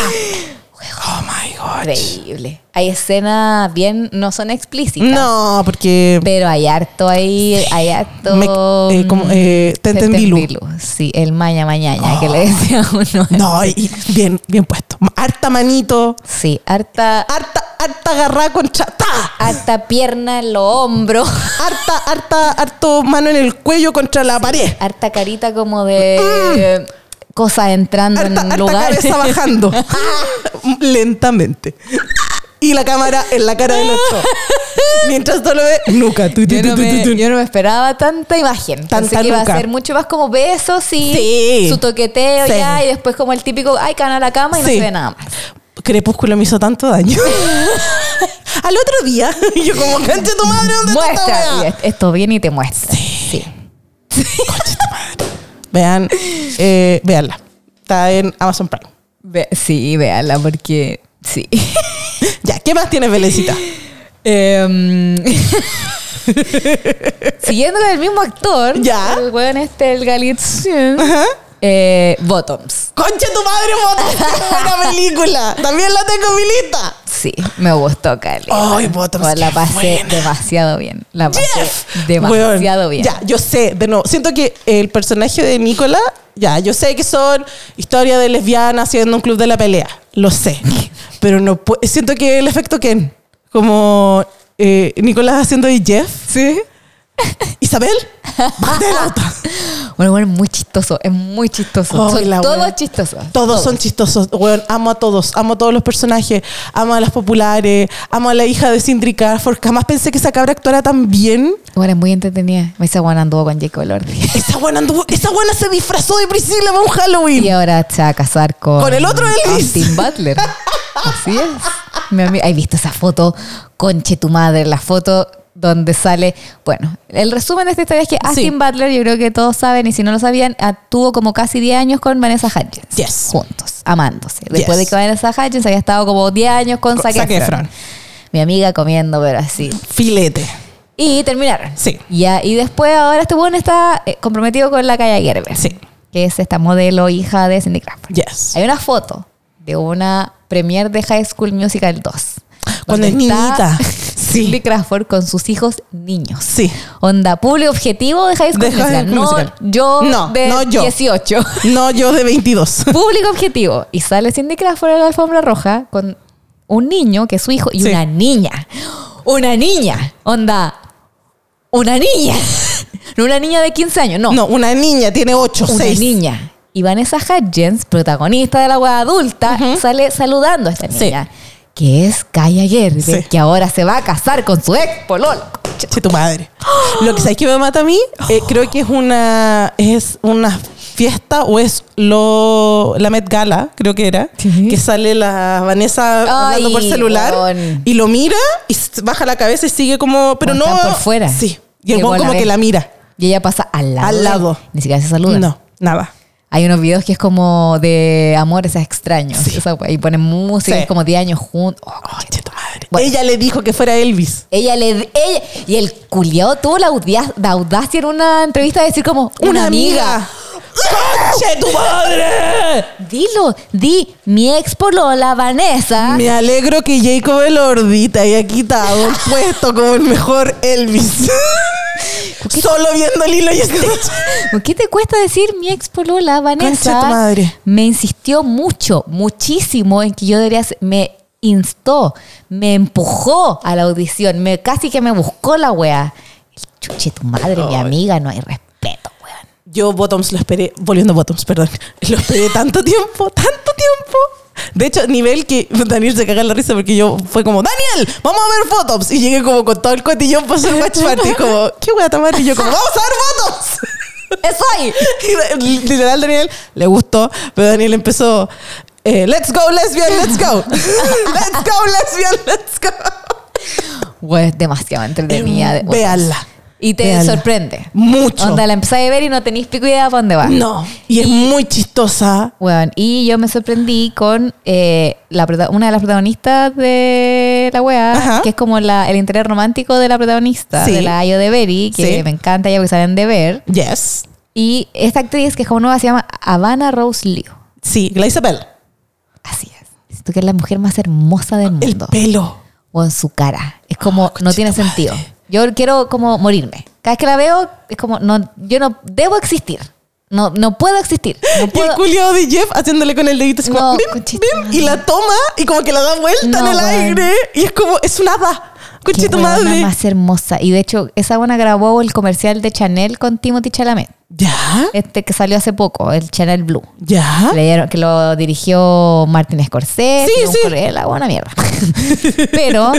Oh my god. Increíble. Hay escenas bien... No son explícitas. No, porque Pero hay harto ahí, hay harto. Me- eh, como, eh, te entendí, Lu. Sí, el maña mañaña que le decía uno. No, y- y bien, bien puesto. Harta manito, Sí, harta, harta, harta agarrada con chata. harta pierna en los hombros, Harta, harta, harto mano en el cuello contra la pared. harta carita como de cosas entrando Harta, en harta lugares. cabeza bajando. Lentamente. Y la cámara en la cara del otro. Mientras tú lo ves, nuca. tu, tu, Yo no, tu, tu, me, tu, tu. yo no me esperaba tanta imagen. Pensé Tanta que iba a nuca. ser mucho más como besos y Sí. su toqueteo Sí. ya, y después como el típico, ay, cana la cama y no Sí. se ve nada más. Crepúsculo me hizo tanto daño. Al otro día, yo como, cancha tu madre, ¿dónde está esta Muestra, weá?" tía, esto viene y te muestra. Sí. Vean, eh, veanla. Está en Amazon Prime. Ve- sí, véala porque sí. Ya, ¿qué más ¿Eh? tienes, Belecita? Em, siguiendo con el mismo actor, Ya. el weón este, el Galitzin, Ajá. eh, Bottoms. Concha tu madre, Bottoms, qué buena película. También la tengo en mi lista. Sí, me gustó Cali. Ay, Oh, Bottoms, La qué pasé buena. demasiado bien. La pasé Jeff. demasiado Weón, bien. Ya, yo sé, de nuevo, siento que el personaje de Nicola, ya, yo sé que son historia de lesbiana haciendo un club de la pelea, lo sé, pero no pu- siento que el efecto Ken, como eh, Nicolás haciendo de Jeff, Sí. Isabel, bate la otra. Bueno, bueno, muy chistoso, es muy chistoso. Ay, Son la todos wea. chistosos. Todos, son chistosos, weón. Amo a todos, amo a todos los personajes, amo a las populares, amo a la hija de Sindri Carford. Jamás pensé que esa cabra actuara tan bien. Bueno, es muy entretenida. Esa buena anduvo con Jacob Lordi. Esa buena, anduvo- esa buena se disfrazó de Priscila para un Halloween. Y ahora se va a casar con... Con el otro Elvis. Austin Butler. Así es. Mi amigo, ¿Has visto esa foto? Conche tu madre. La foto donde sale... Bueno, el resumen de esta historia es que Austin Butler, yo creo que todos saben, y si no lo sabían, actuó como casi 10 años con Vanessa Hudgens. Yes. Juntos, amándose. Yes. Después de que Vanessa Hudgens había estado como 10 años con, Con Zac Zac Efron. Efron. Mi amiga comiendo, pero así. Filete. Y terminaron. Sí. Ya, y después ahora este bueno está eh, comprometido con la calle Gerber. Sí. Que es esta modelo hija de Cindy Crawford. Yes. Hay una foto de una premiere de High School Musical 2. Cuando donde es está niñita. Sí. Cindy Crawford con sus hijos niños. Sí. Onda, público objetivo de High School De High Musical. School no Musical. yo No, de no yo. 18. No, yo de 22. público objetivo. Y sale Cindy Crawford en la alfombra roja con un niño que es su hijo y Sí. una niña. Una niña. Onda. Una niña. No una niña de 15 años, no. No, una niña, tiene 8, una 6. niña. Y Vanessa Hudgens, protagonista de la web adulta, sale saludando a esta Sí. niña. Que es Kaya Gerber, Sí. que ahora se va a casar con su ex pololo. Che, tu madre. Lo que sabes que me mata a mí, eh, creo que es una, es una fiesta o es lo, la Met Gala, creo que era, Sí. que sale la Vanessa hablando por Ay, celular weón. y lo mira y s- baja la cabeza y sigue como, pero Como no. están por fuera. Sí. Y el Llegó buen la como vez. que la mira. Y ella pasa al lado. Al de- lado. Ni siquiera se saludan. No, nada. Hay unos videos que es como de amores a extraños. Sí. esa wea, y ponen música, Sí. es como 10 años juntos. Oh, Oh, che, tu madre. Bueno. Ella le dijo que fuera Elvis. Ella le. Ella, y el culiao tuvo la audia- la audacia, en una entrevista de decir como. Una, Una amiga. amiga. ¡Conche tu madre! Dilo, di mi ex polola Vanessa. Me alegro que Jacob Elordi te haya quitado el puesto como el mejor Elvis. Solo viendo Lilo y Stitch. ¿Por ¿Qué te cuesta decir mi ex polola Vanessa? Concha tu madre. Me insistió mucho, muchísimo en que yo debería ser- me instó, me empujó a la audición, me casi que me buscó la wea. El Chuche, tu madre, mi amiga, no hay respeto, weón. Yo Bottoms lo esperé, volviendo a Bottoms, perdón. Lo esperé tanto tiempo, tanto tiempo. De hecho, nivel que Daniel se caga en la risa porque yo fue como, Daniel, vamos a ver Bottoms. Y llegué como con todo el cotillón para hacer Watch Party. Como, ¿qué voy a tomar? Y yo como, vamos a ver Bottoms. Eso ahí. Y literal, Daniel le gustó, pero Daniel empezó, eh, let's go, lesbian, let's go. let's go, lesbian, let's go. Güey, es demasiado entretenida. Eh, de- véanla, Y te véanla. sorprende. Mucho. Onda, la empezás a ver y no tenéis pico idea para dónde va. No. Y es muy chistosa. Weón, y yo me sorprendí con eh, la, prota- una de las protagonistas de la wea, Ajá. que es como la- el interés romántico de la protagonista, Sí. de la Ayo de Berry, que Sí. me encanta ella porque saben de ver. Yes. Y esta actriz, que es como nueva, se llama Havana Rose Liu. Sí, la Isabel. Así es. Siento que es la mujer más hermosa del El mundo. pelo. o en su cara. Es como, Oh, no tiene conchita madre. sentido. Yo quiero como morirme. Cada vez que la veo, es como, no, yo no debo existir. No, no puedo existir. No Y el puedo. culiao de Jeff haciéndole con el dedito así como, No, "Bim, conchita bim", madre. y la toma y como que la da vuelta en No, el weón. aire y es como, es una hada. Qué Conchita huevona madre. más hermosa. Y de hecho, esa buena grabó el comercial de Chanel con Timothy Chalamet. Ya, Este que salió hace poco, el Chanel Blue. ya. Le dieron- que lo dirigió Martin Scorsese, ¿Ah? Sí, un sí. Corella, buena mierda. Pero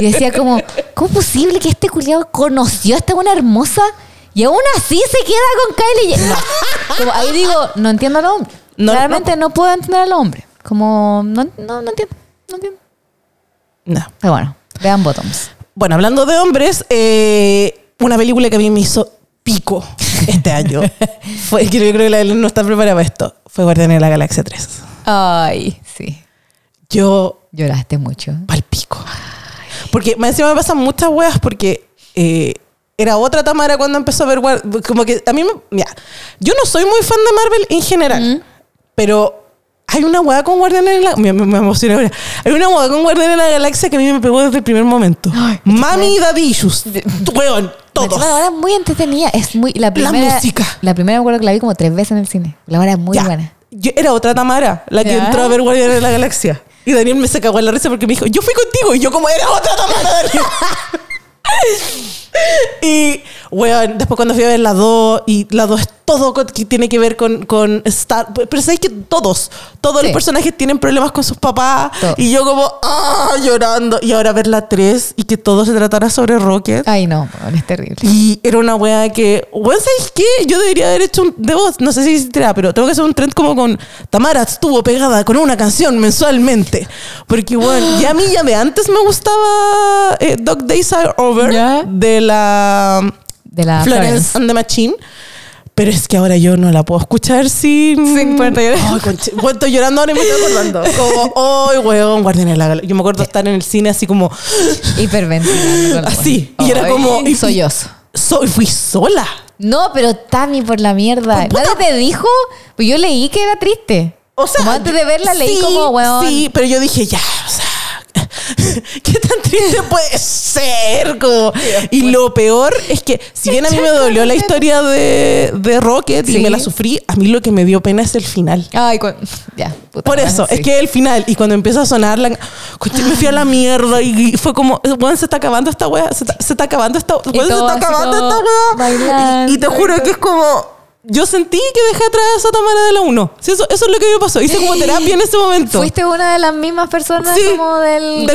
y decía como, ¿cómo es posible que este culiado conoció a esta buena hermosa y aún así se queda con Kylie? Jenner?" No. Como, ahí digo, no entiendo al hombre. No, Claramente no, puedo entender al hombre. Como, no, no, no entiendo, no entiendo. No. Pero bueno, vean Bottoms. Bueno, hablando de hombres, eh, una película que a mí me hizo pico este año. Fue, yo creo que la Belén no está preparada para esto. Fue Guardianes de la Galaxia 3. Ay, sí. Yo Lloraste mucho. pal pico. Porque más encima me pasan muchas weas porque eh, era otra Tamara cuando empezó a ver War- como que a mí me, mira, yo no soy muy fan de Marvel en general, pero hay una wea con Guardianes de la me, me, me emocioné ahora. Hay una wea con Guardianes de la Galaxia que a mí me pegó desde el primer momento. Ay, Mami y Daddy Issues, weón, todos. La hora es muy entretenida. Es muy, la, primera, música. La primera me acuerdo que la vi como tres veces en el cine. La hora es muy Ya. buena. Yo- era otra Tamara, la que Ya. entró a ver Guardianes de la Galaxia. Y Daniel me se cagó en la risa porque me dijo, yo fui contigo. Y yo como, era otra Tamara, Daniel. y, weón, después cuando fui a ver la 2, y la 2 es todo co- que tiene que ver con, con Star... Pero sabéis que todos, todos Sí. los personajes tienen problemas con sus papás. Todos. Y yo como, ah, llorando. Y ahora ver la 3 y que todo se tratara sobre Rocket. Ay, no, weón, es terrible. Y era una weá que, weón, ¿sabes qué? Yo debería haber hecho un, de voz, no sé si existirá, pero tengo que hacer un trend como con Tamara estuvo pegada con una canción mensualmente. Porque, weón, ya a mí ya de antes me gustaba eh, Dog Days Are Over Ya. de la De la Florence, Florence. and the Machine. Pero es que ahora yo no la puedo escuchar sin... Sin poder llorar. Ay, conche- bueno, estoy llorando ahora y me estoy acordando. Como, ay, weón, guardián de la Galaxia". Yo me acuerdo estar en el cine así como... Hiperventilando. con la Así. voz. Y era Ay, como- y- Sollozo. Soy, fui sola. No, pero Tami, por la mierda. Puta- ¿Nadie te dijo? Pues yo leí que era triste. O sea, como antes de verla leí sí, como, weón. Sí, pero yo dije, ya, o sea, ¿qué tan triste puede ser? Como- y lo peor es que, si bien a mí me dolió la historia de, de Rocket Sí. y me la sufrí, a mí lo que me dio pena es el final. Ay, cu- ya. puta Por weón, eso, sí. es que el final, y cuando empieza a sonar, la, coche, me fui a la mierda y y fue como, weón, se está acabando esta wea, se está, se está acabando esta weón, se todo está así acabando como esta wea. Y- bailando, y te juro que es como, yo sentí que dejé atrás a esa Tamara de la 1. eso, eso es lo que me pasó, hice como terapia en ese momento. Fuiste una de las mismas personas Sí, como del,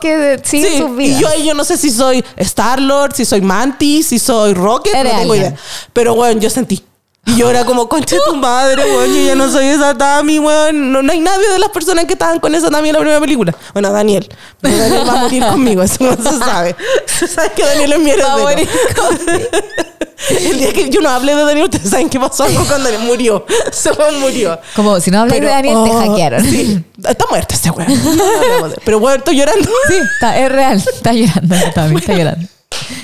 que de- sí, Sí, sus vidas. Y yo ahí yo no sé si soy Star-Lord, si soy Mantis, si soy Rocket, Eres no tengo alguien. idea. Pero, weón, yo sentí. Y yo era como, concha de tu madre, weón, yo ya no soy esa Tami, weón. No, no hay nadie de las personas que estaban con esa Tami en la primera película. Bueno, Daniel. Pero Daniel va a morir conmigo, eso no se sabe. Sabes que Daniel es mi Va a heredero. morir El día que yo no hablé de Daniel, ustedes saben qué pasó algo cuando Daniel murió. Se murió. Como si no hablas de Pero, Daniel, te oh, hackearon. Sí, está muerto ese weón. No hablemos de- Pero weón, estoy llorando. Sí, está, es real. Está llorando, Tami, está llorando.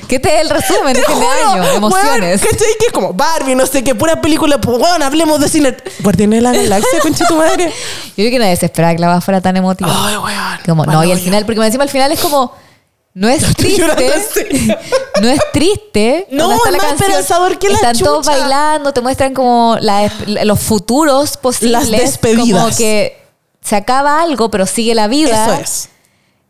Que este es el resumen de Te fin de juro, año, emociones. Weón, ¿cachai? Que es como Barbie, no sé qué, pura película. Pues, weón, hablemos de cine. Guardianes de la Galaxia, concha tu madre. Yo creo que no desesperaba que la voz fuera tan emotiva. Ay, weón. Como, no, y al Manoya. final, porque encima al final es como, no es estoy llorando en triste. serio. no es triste. No, cuando está es la más canción, esperanzador que la Están todos chucha. bailando, te muestran como la esp- los futuros posibles. Las despedidas. Como que se acaba algo, pero sigue la vida. Eso es.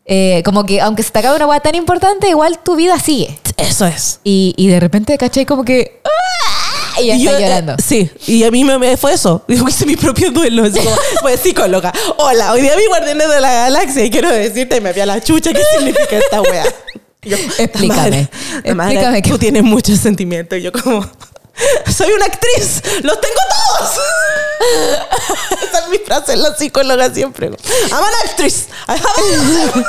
Eh, como que aunque se te acabe una hueá tan importante, igual tu vida sigue. Eso es. Y, y de repente, ¿cachai? Como que... ¡ah! Y ya Y está yo, eh, llorando. sí, y a mí me, me fue eso. Digo, hice mi propio duelo. Es como, pues psicóloga. Hola, hoy día vi Guardianes de la Galaxia y quiero decirte, me había la chucha, ¿qué significa esta wea? Y yo, Explícame, la madre, explícame tú qué- tienes muchos sentimientos. Y yo como, soy una actriz, los tengo todos. Esa es mi frase, la psicóloga siempre. I'm an actress. I have an-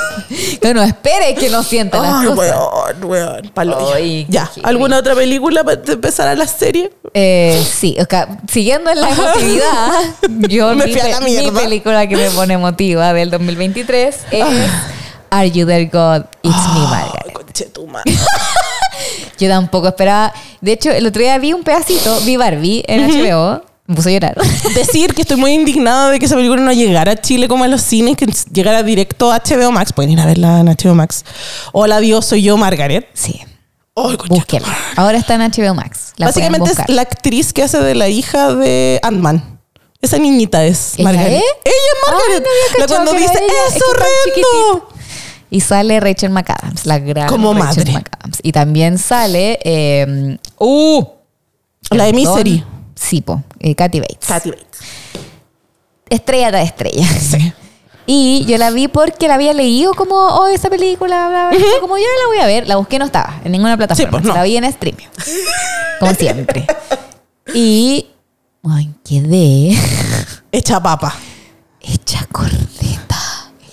No, no esperes que no sientas las Ay, cosas. weón, weón, palo. Ay, ya, qué ¿alguna otra película para empezar a la serie? Eh, sí, o sea, siguiendo en la Ajá. emotividad, yo Me mi, fui a pe- la mi mierda. película que me pone emotiva del 2023 es Are You There God? It's Ah. Me Margaret. Conchetumare. Yo tampoco esperaba. De hecho, el otro día vi un pedacito, vi Barbie en HBO, me puse a llorar. decir que estoy muy indignada de que esa película no llegara a Chile como a los cines, que llegara directo a HBO Max. Pueden ir a verla en HBO Max. Hola, Dios, soy yo, Margaret. Sí, Ay, concha. búsquenla. Ahora está en HBO Max. La Básicamente es pueden buscar. la actriz que hace de la hija de Ant-Man. Esa niñita es ¿Ella Margaret. es? Ella es Margaret. Ay, no había la cachado cuando que era dice, ella. es que tan horrendo. chiquitita. Y sale Rachel McAdams, la gran Como Rachel madre. McAdams. Y también sale... eh, ¡Uh! La de Perdón. Misery. Sí, po. eh, Kathy Bates. Kathy Bates. Estrella de estrella. Sí. Y yo la vi porque la había leído como, oh, esa película, bla, bla, bla. Como yo la voy a ver, la busqué, no estaba en ninguna plataforma. Sí, pues, no. La vi en streaming. Como siempre. Y. Ay, quedé. Hecha papa. Hecha corneta.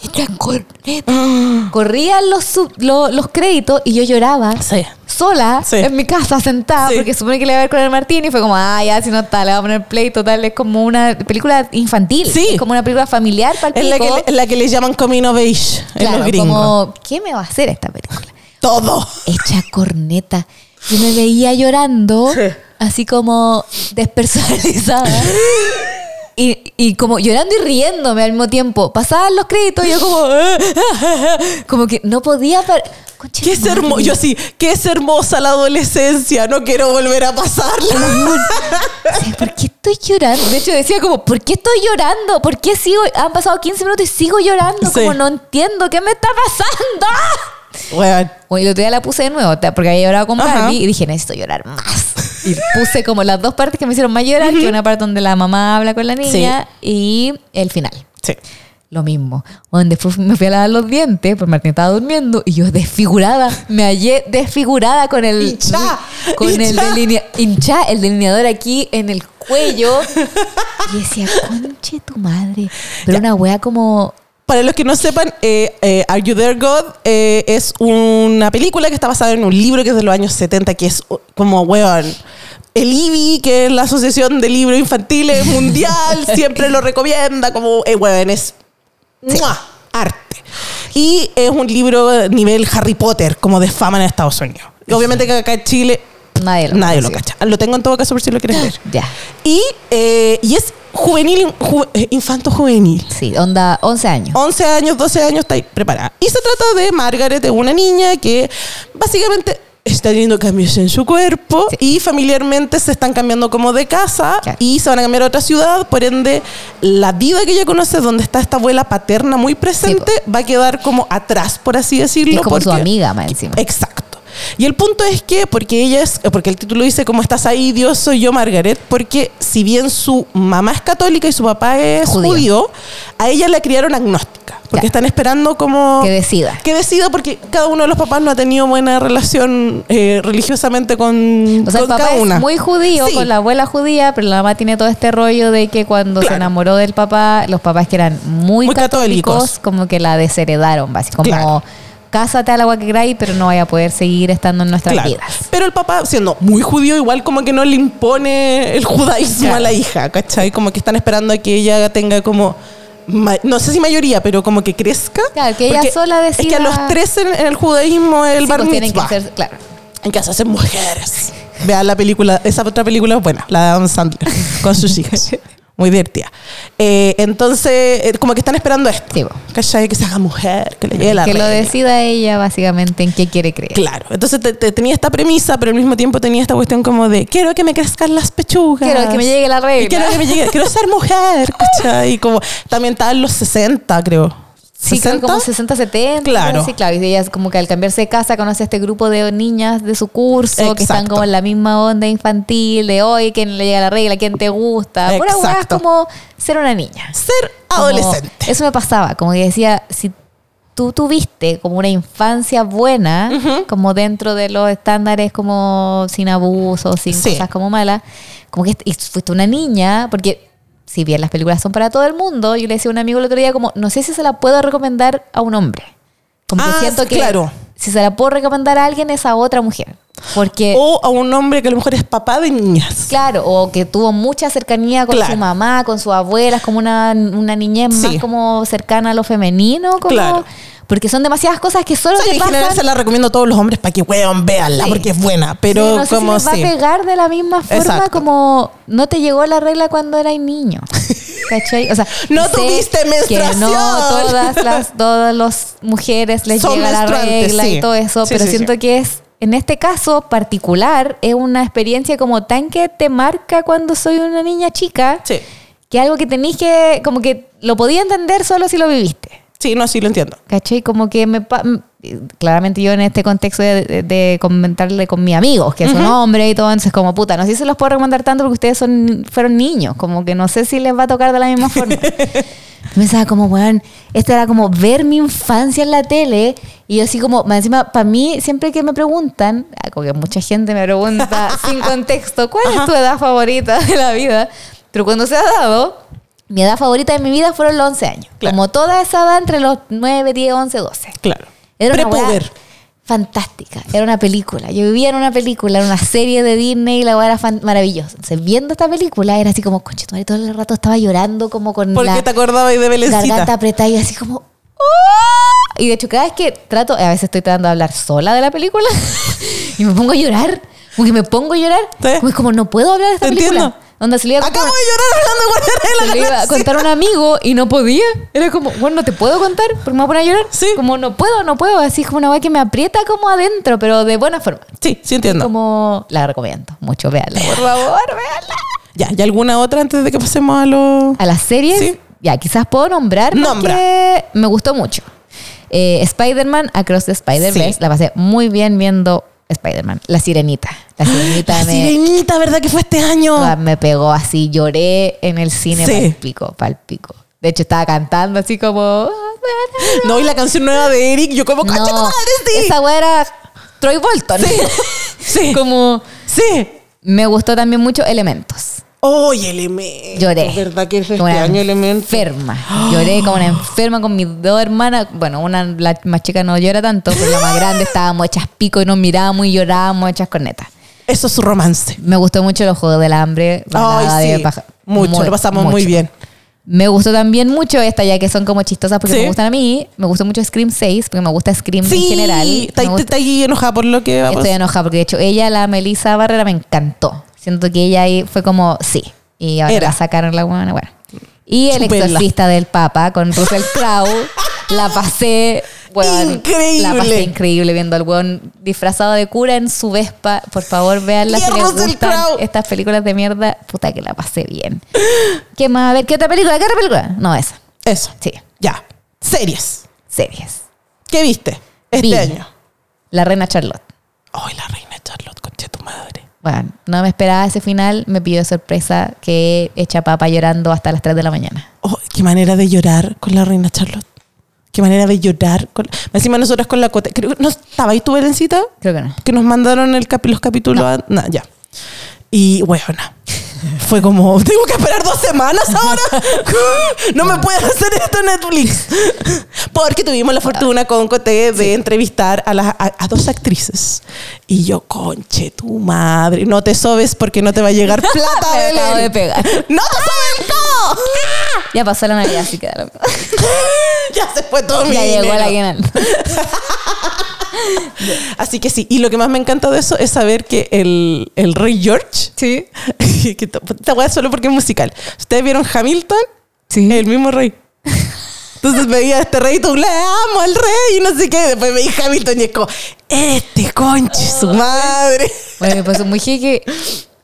Hecha corneta. Corrían los, sub- lo- los créditos y yo lloraba. Sí. Sola, Sí. en mi casa, sentada, Sí. porque supone que le iba a ver con el Martín y fue como, ah, ya, si no está, le va a poner play. Total, es como una película infantil. Sí. Es como una película familiar para Es el la pico. que, la que le llaman Coming of Age en Claro, los gringos. como, ¿qué me va a hacer esta película? Todo. Hecha corneta. Yo me veía llorando, Sí. así como despersonalizada. Y, y como llorando y riéndome al mismo tiempo. Pasaban los créditos y yo como... Como que no podía... par- Conche Qué es tu madre. hermo- Yo así, qué es hermosa la adolescencia, no quiero volver a pasarla. O sea, ¿Por qué estoy llorando? De hecho decía como, ¿por qué estoy llorando? ¿Por qué sigo? Han pasado 15 minutos y sigo llorando. Sí. Como no entiendo, ¿qué me está pasando? Weón. Bueno, y el otro día la puse de nuevo, ta- porque había llorado con Ajá. Barbie y dije, necesito llorar más. Y puse como las dos partes que me hicieron más llorar, que una parte donde la mamá habla con la niña y el final. Sí. Lo mismo. Bueno, después me fui a lavar los dientes, porque Martín estaba durmiendo y yo desfigurada, me hallé desfigurada con el. Hinchá, Con el hinchá. delinea- hinchá, el delineador aquí en el cuello. Y decía, conche tu madre. Pero una wea como. Para los que no sepan, eh, eh, Are You There God eh, es una película que está basada en un libro que es de los años 70, que es oh, como, weón, el IBI, que es la Asociación de Libros Infantiles Mundial, siempre lo recomienda, como, eh, weón, es ¡mua! arte. Y es un libro nivel Harry Potter, como de fama en Estados Unidos. Y obviamente que acá en Chile Nadie lo nadie lo conoció. cacha. Lo tengo en todo caso por si lo quieres ver. Ya. Y, eh, y es juvenil, ju- eh, infanto juvenil. Sí, onda 11 años. 11 años, 12 años, está ahí preparada. Y se trata de Margaret, de una niña que básicamente está teniendo cambios en su cuerpo Sí. y familiarmente se están cambiando como de casa Claro. y se van a cambiar a otra ciudad. Por ende, la vida que ella conoce, donde está esta abuela paterna muy presente, va a quedar como atrás, por así Que decirlo. es como su porque- amiga más encima. Exacto. Y el punto es que, porque ella es, porque el título dice, como estás ahí, Dios soy yo, Margaret, porque si bien su mamá es católica y su papá es Judío. judío, a ella la criaron agnóstica, porque Ya. están esperando como... Que decida. que decida, porque cada uno de los papás no ha tenido buena relación eh, religiosamente con, O sea, el con papá cada una. es muy judío, Sí. con la abuela judía, pero la mamá tiene todo este rollo de que cuando se Claro. enamoró del papá, los papás que eran muy, Muy católicos, católicos. como que la desheredaron, básicamente. Como, Claro. cásate al agua que queráis, pero no vaya a poder seguir estando en nuestras Claro. vidas. Pero el papá, siendo muy judío, igual como que no le impone el judaísmo Claro. a la hija, ¿cachai? Como que están esperando a que ella tenga como. ma- No sé si mayoría, pero como que crezca. Claro, que ella Porque sola Es que decida- a los 13 en, en el judaísmo el Sí, bar pues tienen que mitzvah. hacer- claro. En casa hacen mujeres. Vean la película, esa otra película es buena, la de Adam Sandler, con sus hijas. Muy divertida. Eh, entonces, eh, como que están esperando esto. Sí, po. ¿Cachai? Que se haga mujer, que le llegue la que lo regla. decida ella básicamente en qué quiere creer. Claro. Entonces te- te- tenía esta premisa, pero al mismo tiempo tenía esta cuestión como de quiero que me crezcan las pechugas. Quiero que me llegue la regla. Y quiero que me llegue, quiero ser mujer, ¿cachai? Y como también estaba en los 60, creo. Sí, creo como 60, 70. Claro. Sí, claro. Y ella como que al cambiarse de casa conoce a este grupo de niñas de su curso que están Exacto. como en la misma onda infantil de hoy, quién le llega la regla, quién te gusta. Pura hueá es Exacto. como ser una niña. Ser Como- adolescente. Eso me pasaba, como que decía, si tú tuviste como una infancia buena, como dentro de los estándares como sin abuso, sin Sí. cosas como malas, como que est- y fuiste una niña, porque si bien las películas son para todo el mundo, yo le decía a un amigo el otro día como, no sé si se la puedo recomendar a un hombre. Como Ah, que siento que claro. si se la puedo recomendar a alguien es a otra mujer. Porque O a un hombre que a lo mejor es papá de niñas. Claro, o que tuvo mucha cercanía con Claro. su mamá, con sus abuelas, como una, una niñez Sí. más como cercana a lo femenino, como Claro. porque son demasiadas cosas que O solo sea, te en general pasan. se la recomiendo a todos los hombres para que, weón, véanla, Sí. porque es buena. Pero Sí, no sé si como les va sí. a pegar de la misma forma Exacto. como no te llegó la regla cuando eras niño. ¿Cachai? O sea, No sé tuviste Que menstruación. no todas las, todas las mujeres les Son llega la menstruantes, regla sí. y todo eso, Sí, pero sí, siento sí. que es, en este caso particular, es una experiencia como tan que te marca cuando soy una niña chica, Sí. que algo que tenés que, como que lo podía entender solo si lo viviste. Sí, no, sí lo entiendo. ¿Cachai? Como que me... pa- m- Claramente yo en este contexto de, de- de comentarle con mis amigos, que son hombres y todo, entonces como puta, no sé si se los puedo recomendar tanto porque ustedes son, fueron niños, como que no sé si les va a tocar de la misma forma. Y me estaba como, weón, esta era como ver mi infancia en la tele. Y yo así como, más encima, para mí, siempre que me preguntan, ah, como que mucha gente me pregunta sin contexto, ¿cuál es tu edad favorita de la vida? Pero cuando se ha dado, mi edad favorita de mi vida fueron los 11 años. Claro. Como toda esa edad entre los 9, 10, 11, 12. Claro. Era una weá Prepoder. fantástica. Era una película. Yo vivía en una película, en una serie de Disney y la weá era fan- maravillosa. Entonces, viendo esta película, era así como, conche, tu madre", todo el rato estaba llorando como con ¿Por la qué te acordabas de garganta Belencita? apretada y así como... "¡Ah!". Y de hecho, cada vez que trato, a veces estoy tratando de hablar sola de la película y me pongo a llorar. Como que me pongo a llorar. Sí. Como es como, no puedo hablar de esta Te película. entiendo. Onda, se le iba a Acabo contar- de llorar hablando de Guardianes de la se lo iba a Galaxia. contar a un amigo y no podía. Era como, bueno, no te puedo contar porque me voy a poner a llorar. Sí. Como no puedo, no puedo. Así como una weá que me aprieta como adentro, pero de buena forma. Sí, sí entiendo. Como la recomiendo mucho, véanla, por favor, véanla. Ya, ¿y alguna otra antes de que pasemos a los... A las series, Sí. ya quizás puedo nombrar Nombra. porque me gustó mucho. Eh, Spider-Man Across the Spider-Verse, Sí. la pasé muy bien viendo Spider-Man. La Sirenita. La Sirenita Ah, La me, sirenita, ¿verdad que fue este año? Ah, me pegó así, lloré en el cine Sí. pal pico, pal pico. De hecho, estaba cantando así como. No, y la canción nueva de Eric, yo como, ¡concha tu No, madre, sí! esa weá era Troy Bolton. Sí, como. sí. Me gustó también mucho Elementos. ¡Oye, Elemento! Lloré. ¿Verdad que es este Como una año Elemento? ¡Ah! Enferma. Lloré como una enferma con mis dos hermanas. Bueno, una la más chica no llora tanto, pero la más grande estábamos hechas pico y nos mirábamos y llorábamos hechas cornetas. Eso es su romance. Me gustó mucho los juegos del hambre. balada Ay, de sí. paja- Mucho, lo pasamos muy mucho. bien. Me gustó también mucho esta, ya que son como chistosas porque Sí. me gustan a mí. Me gustó mucho Scream 6, porque me gusta Scream en general. está, Me gusta- está ahí enojada por lo que vamos. estoy enojada porque de hecho ella, la Melissa Barrera, me encantó. Siento que ella ahí fue como, sí. Y ahora Era. la sacaron la buena, bueno. Y el Chúpenla. exorcista del Papa con Russell Crowe. la pasé. weón, Increíble. La pasé increíble viendo al weón disfrazado de cura en su Vespa. Por favor, veanla Y si a les Russell gustan Crowe. estas películas de mierda. Puta que la pasé bien. ¿Qué más? A ver, ¿qué otra película? ¿Qué otra película? No, esa. Eso. Sí, Ya. Series. series. ¿Qué viste este Vi. año? La Reina Charlotte. Ay, la reina Charlotte, concha tu madre. Bueno, no me esperaba ese final. Me pidió sorpresa que echa papa llorando hasta las 3 de la mañana. Oh, qué manera de llorar con la reina Charlotte. Qué manera de llorar. Con... Encima nosotras con la cote. Creo, ¿No estaba ahí tu Belencita? Creo que no. que nos mandaron el cap- los capítulos. an- nah, ya. Y, weona. Fue como, tengo que esperar dos semanas ahora. No me puedes hacer esto, Netflix. Porque tuvimos la fortuna con Cote de entrevistar a, las, a, a dos actrices. Y yo, conche, tu madre. No te sobes porque no te va a llegar plata. Me Belén. acabo de ¡Ah! pegar. ¡No te sobes, no! Ya pasó la Navidad, así que da lo mismo. ya se fue todo mi Ya llegó dinero. la guinal. Así que sí, y lo que más me encanta de eso es saber que el, el rey George, Sí. que to- esta weá es solo porque es musical, ustedes vieron Hamilton, Sí. el mismo rey. Entonces veía a este rey y tú, le amo al rey y no sé qué. Después veía Hamilton y es como, este conche, su madre. Bueno, me pasó muy que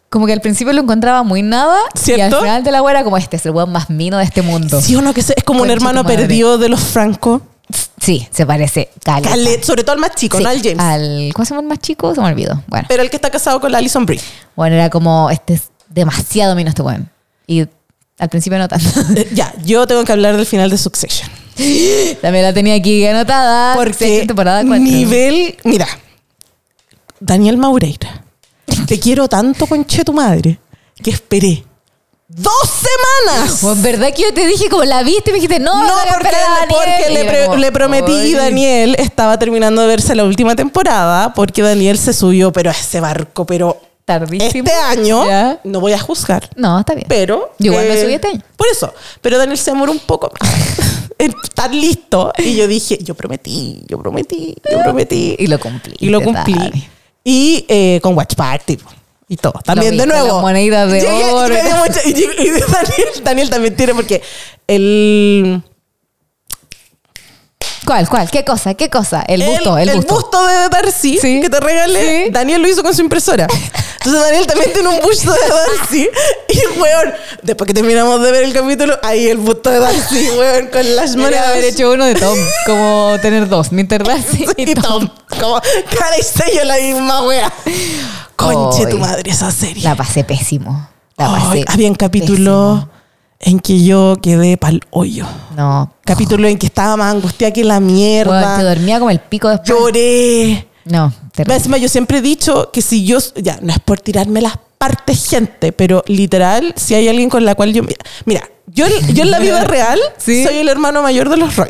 como que al principio lo encontraba muy nada y al ¿Cierto? final de la hueá era como este es el weón más mino de este mundo. Sí o no, que se- es como un Conche hermano tu madre. perdido de los francos. Sí, se parece. Caleta. Caleta, sobre todo al más chico, Sí, no al James. al- ¿Cómo se llama el más chico? Se me olvidó. Bueno. Pero el que está casado con la Alison Brie. Bueno, era como, este es demasiado menos este weón. Y al principio no tanto. Eh, ya, yo tengo que hablar del final de Succession. También la tenía aquí anotada. Porque Sexta Ah, temporada cuatro. nivel, mira, Daniel Maureira, te quiero tanto conche tu madre que esperé dos semanas. Bueno, ¿Verdad que yo te dije como la viste y me dijiste no? No, tengo que porque, esperar a le, porque Daniel"? le Y yo pre- como, le prometí "Ay". y Daniel estaba terminando de verse la última temporada porque Daniel se subió, pero a ese barco, pero Tardísimo. este año, Ya. no voy a juzgar, No, está bien. pero... eh, Yo igual me subí este año. Por eso, pero Daniel se demoró un poco más. Tan listo. Y yo dije, yo prometí, yo prometí, yo prometí. Y lo cumplí. Y lo te cumplí. sabe. Y eh, con Watch Party. po, Y todo. También vi de con nuevo. las monedas de Llegué- oro. me dio mucha- y, y- y Daniel, Daniel también tiene porque el. ¿Cuál, cuál? ¿Qué cosa? ¿Qué cosa? El busto, el, busto. de Darcy Sí. que te regalé, Sí. Daniel lo hizo con su impresora. Entonces Daniel también tiene un busto de Darcy. Y el weón, después que terminamos de ver el capítulo, ahí el busto de Darcy, weón, con las Debería monedas. haber hecho uno de Tom, como tener dos, Mr. Darcy y y Tom, como cara y sello la misma wea. Conche tu Ay. madre, esa serie. La pasé pésimo. La pasé Ay, habían capítulos en que yo quedé pa'l hoyo. pésimo. No. Capítulos en que estaba más angustiada que la Bueno, te mierda. dormía como el pico después. Lloré. No, terrible. Encima, yo siempre he dicho que si yo, ya, no es por tirarme las partes, gente, pero literal, si hay alguien con la cual yo, mira, mira, yo, en- yo en la vida real Sí. soy el hermano mayor de los Roy.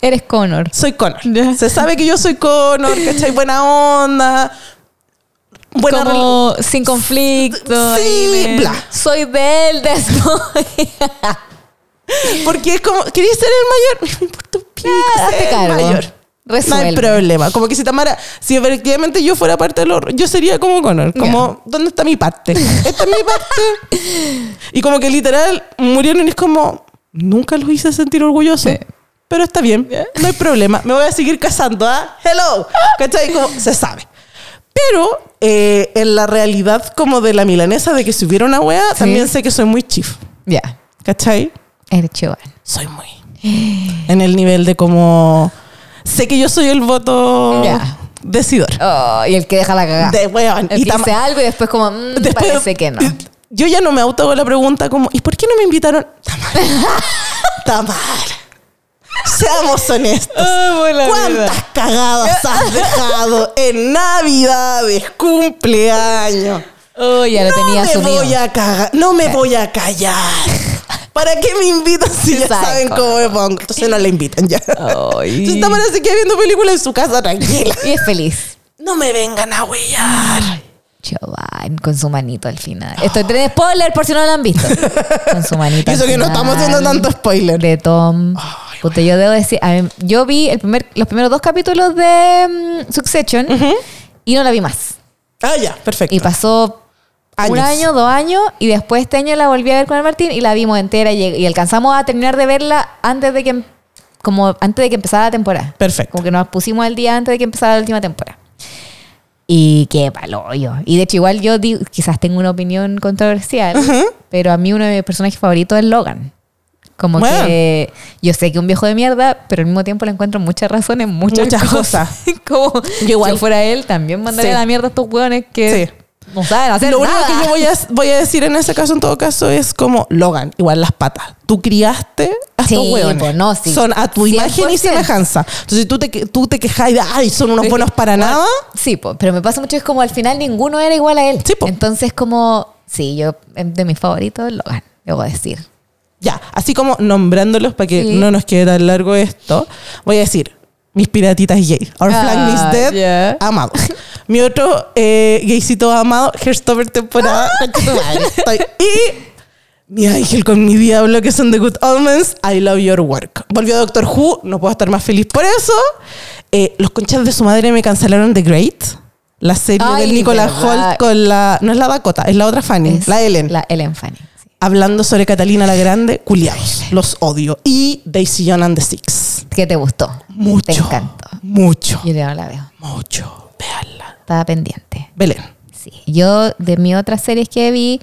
Eres Connor. Soy Connor. Ya. Se sabe que yo soy Connor, ¿cachai? Buena onda. Buena rela- como sin conflicto. Sí, ahí me- bla. Soy de él después. Porque es como, ¿querías ser el mayor? Me importa un pico Ya, hazte ser el cargo. mayor. No hay Resuelve. problema. Como que si Tamara, si efectivamente yo fuera parte de los... Yo sería como Connor. Como, ¿dónde está mi parte? Esta es mi parte. Y como que literal murieron y es como, nunca los hice sentir orgullosos. Sí. Pero está bien, no hay problema. Me voy a seguir casando, ¿ah? Hello. ¿Cachai? Como, se sabe. Pero eh, en la realidad como de la milanesa de que si hubiera una wea, Sí. también sé que soy muy chif. Ya. ¿Cachai? Eres chaval. soy muy en el nivel de como sé que yo soy el voto Ya. decidor Oh, y el que deja la cagada. de weón El y que tam- dice algo y después como, mm, después- parece que no. yo ya no me auto hago la pregunta como ¿y por qué no me invitaron? Tamara Tamara seamos honestos ¿cuántas cagadas has dejado en navidades cumpleaños? Oh, ya lo no tenía me asumido. voy a cagar, no me voy a callar. ¿Para qué me invitan si ya sabe saben cómo. cómo me pongo? Entonces no la invitan ya. Ay. Entonces esta manera se queda viendo películas en su casa tranquila. Y es feliz. No me vengan a huellar. Chaval, con su manito al final. Estoy tres spoiler por si no lo han visto. Con su manito. Y eso al que no final estamos haciendo tanto spoiler. De Tom. Ay, Puta, yo debo decir, a mí- yo vi el primer, los primeros dos capítulos de mm, Succession y no la vi más. Ah, ya, perfecto. Y pasó un Años. año, dos años, y después este año la volví a ver con el Martín y la vimos entera y, y alcanzamos a terminar de verla antes de que em- como antes de que empezara la temporada. Perfecto. Como que nos pusimos al día antes de que empezara la última temporada. Y qué palo yo. Y de hecho, igual yo digo- quizás tengo una opinión controversial, pero a mí uno de mis personajes favoritos es Logan. Como Bueno. que yo sé que un viejo de mierda, pero al mismo tiempo le encuentro muchas razones, muchas, Muchas cosas. Como yo igual. fuera él, también mandaría Sí. la mierda a estos hueones que Sí. no saben hacer Lo único nada. que yo voy a, voy a decir en ese caso, en todo caso, es como Logan, igual las patas. Tú criaste a estos Sí, hueones. po, no, sí. Son a tu imagen y 100%. semejanza. Entonces tú te, que- tú te quejas de, ay, son Pues, unos buenos para Bueno, nada. Sí, po, pero me pasa mucho es como al final ninguno era igual a él. Sí, po. Entonces como, sí, yo em, de mis favoritos es Logan, debo decir. Ya, así como nombrándolos para que Sí. no nos quede tan largo esto, voy a decir mis piratitas gay. Our Ah, flag is dead, yeah. amados. Mi otro eh, gaycito amado, Hairstopper temporada, Ah. concha tu madre, estoy. Y mi ángel con mi diablo, que son The Good Omens, I Love Your Work. Volvió Doctor Who, no puedo estar más feliz por eso. eh, los conchas de su madre me cancelaron The Great, la serie Ay, del Nicolas verdad. Holt con la. No es la Dakota, es la otra Fanny, Es la Ellen. La Ellen Fanning. sí. Hablando sobre Catalina la Grande, culiados. Los odio. Y Daisy John and the Six. ¿Qué te gustó? Mucho. Te encantó. Mucho. Yo ya no la veo. Mucho. Veanla. Estaba pendiente. Belén. Sí. Yo, de mis otras series que vi,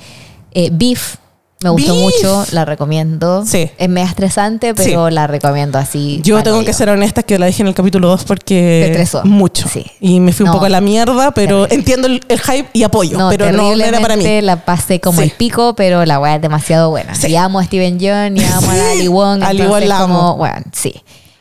eh, Beef. Me gustó Beef. mucho, la recomiendo. Sí. Es media estresante, pero la recomiendo así. Yo pa'l tengo hoyo. que ser honesta que la dije en el capítulo 2 porque. Te estresó. Mucho. Sí. Y me fui un No. poco a la mierda, pero Terrible. entiendo el, el hype y apoyo. No, pero no, no era para mí. terriblemente La pasé como Sí. el pico, pero la weá es demasiado buena. Sí. Y amo a Steven John, y amo Sí. a Ali Wong. Ali Wong entonces la como, amo. bueno, sí.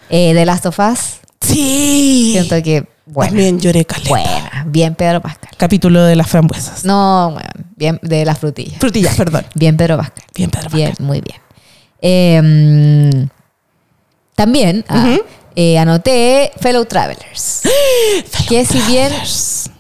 Eh, The Last of Us, Sí. siento que buena. También lloré caleta. Buena. Bien Pedro Pascal. Capítulo de las frambuesas. No, bueno, bien de las frutillas. Frutillas, perdón. Bien Pedro Pascal. Bien, Pedro. Bien, Pascal. muy bien. Eh, también ah, eh, anoté Fellow Travelers. que si bien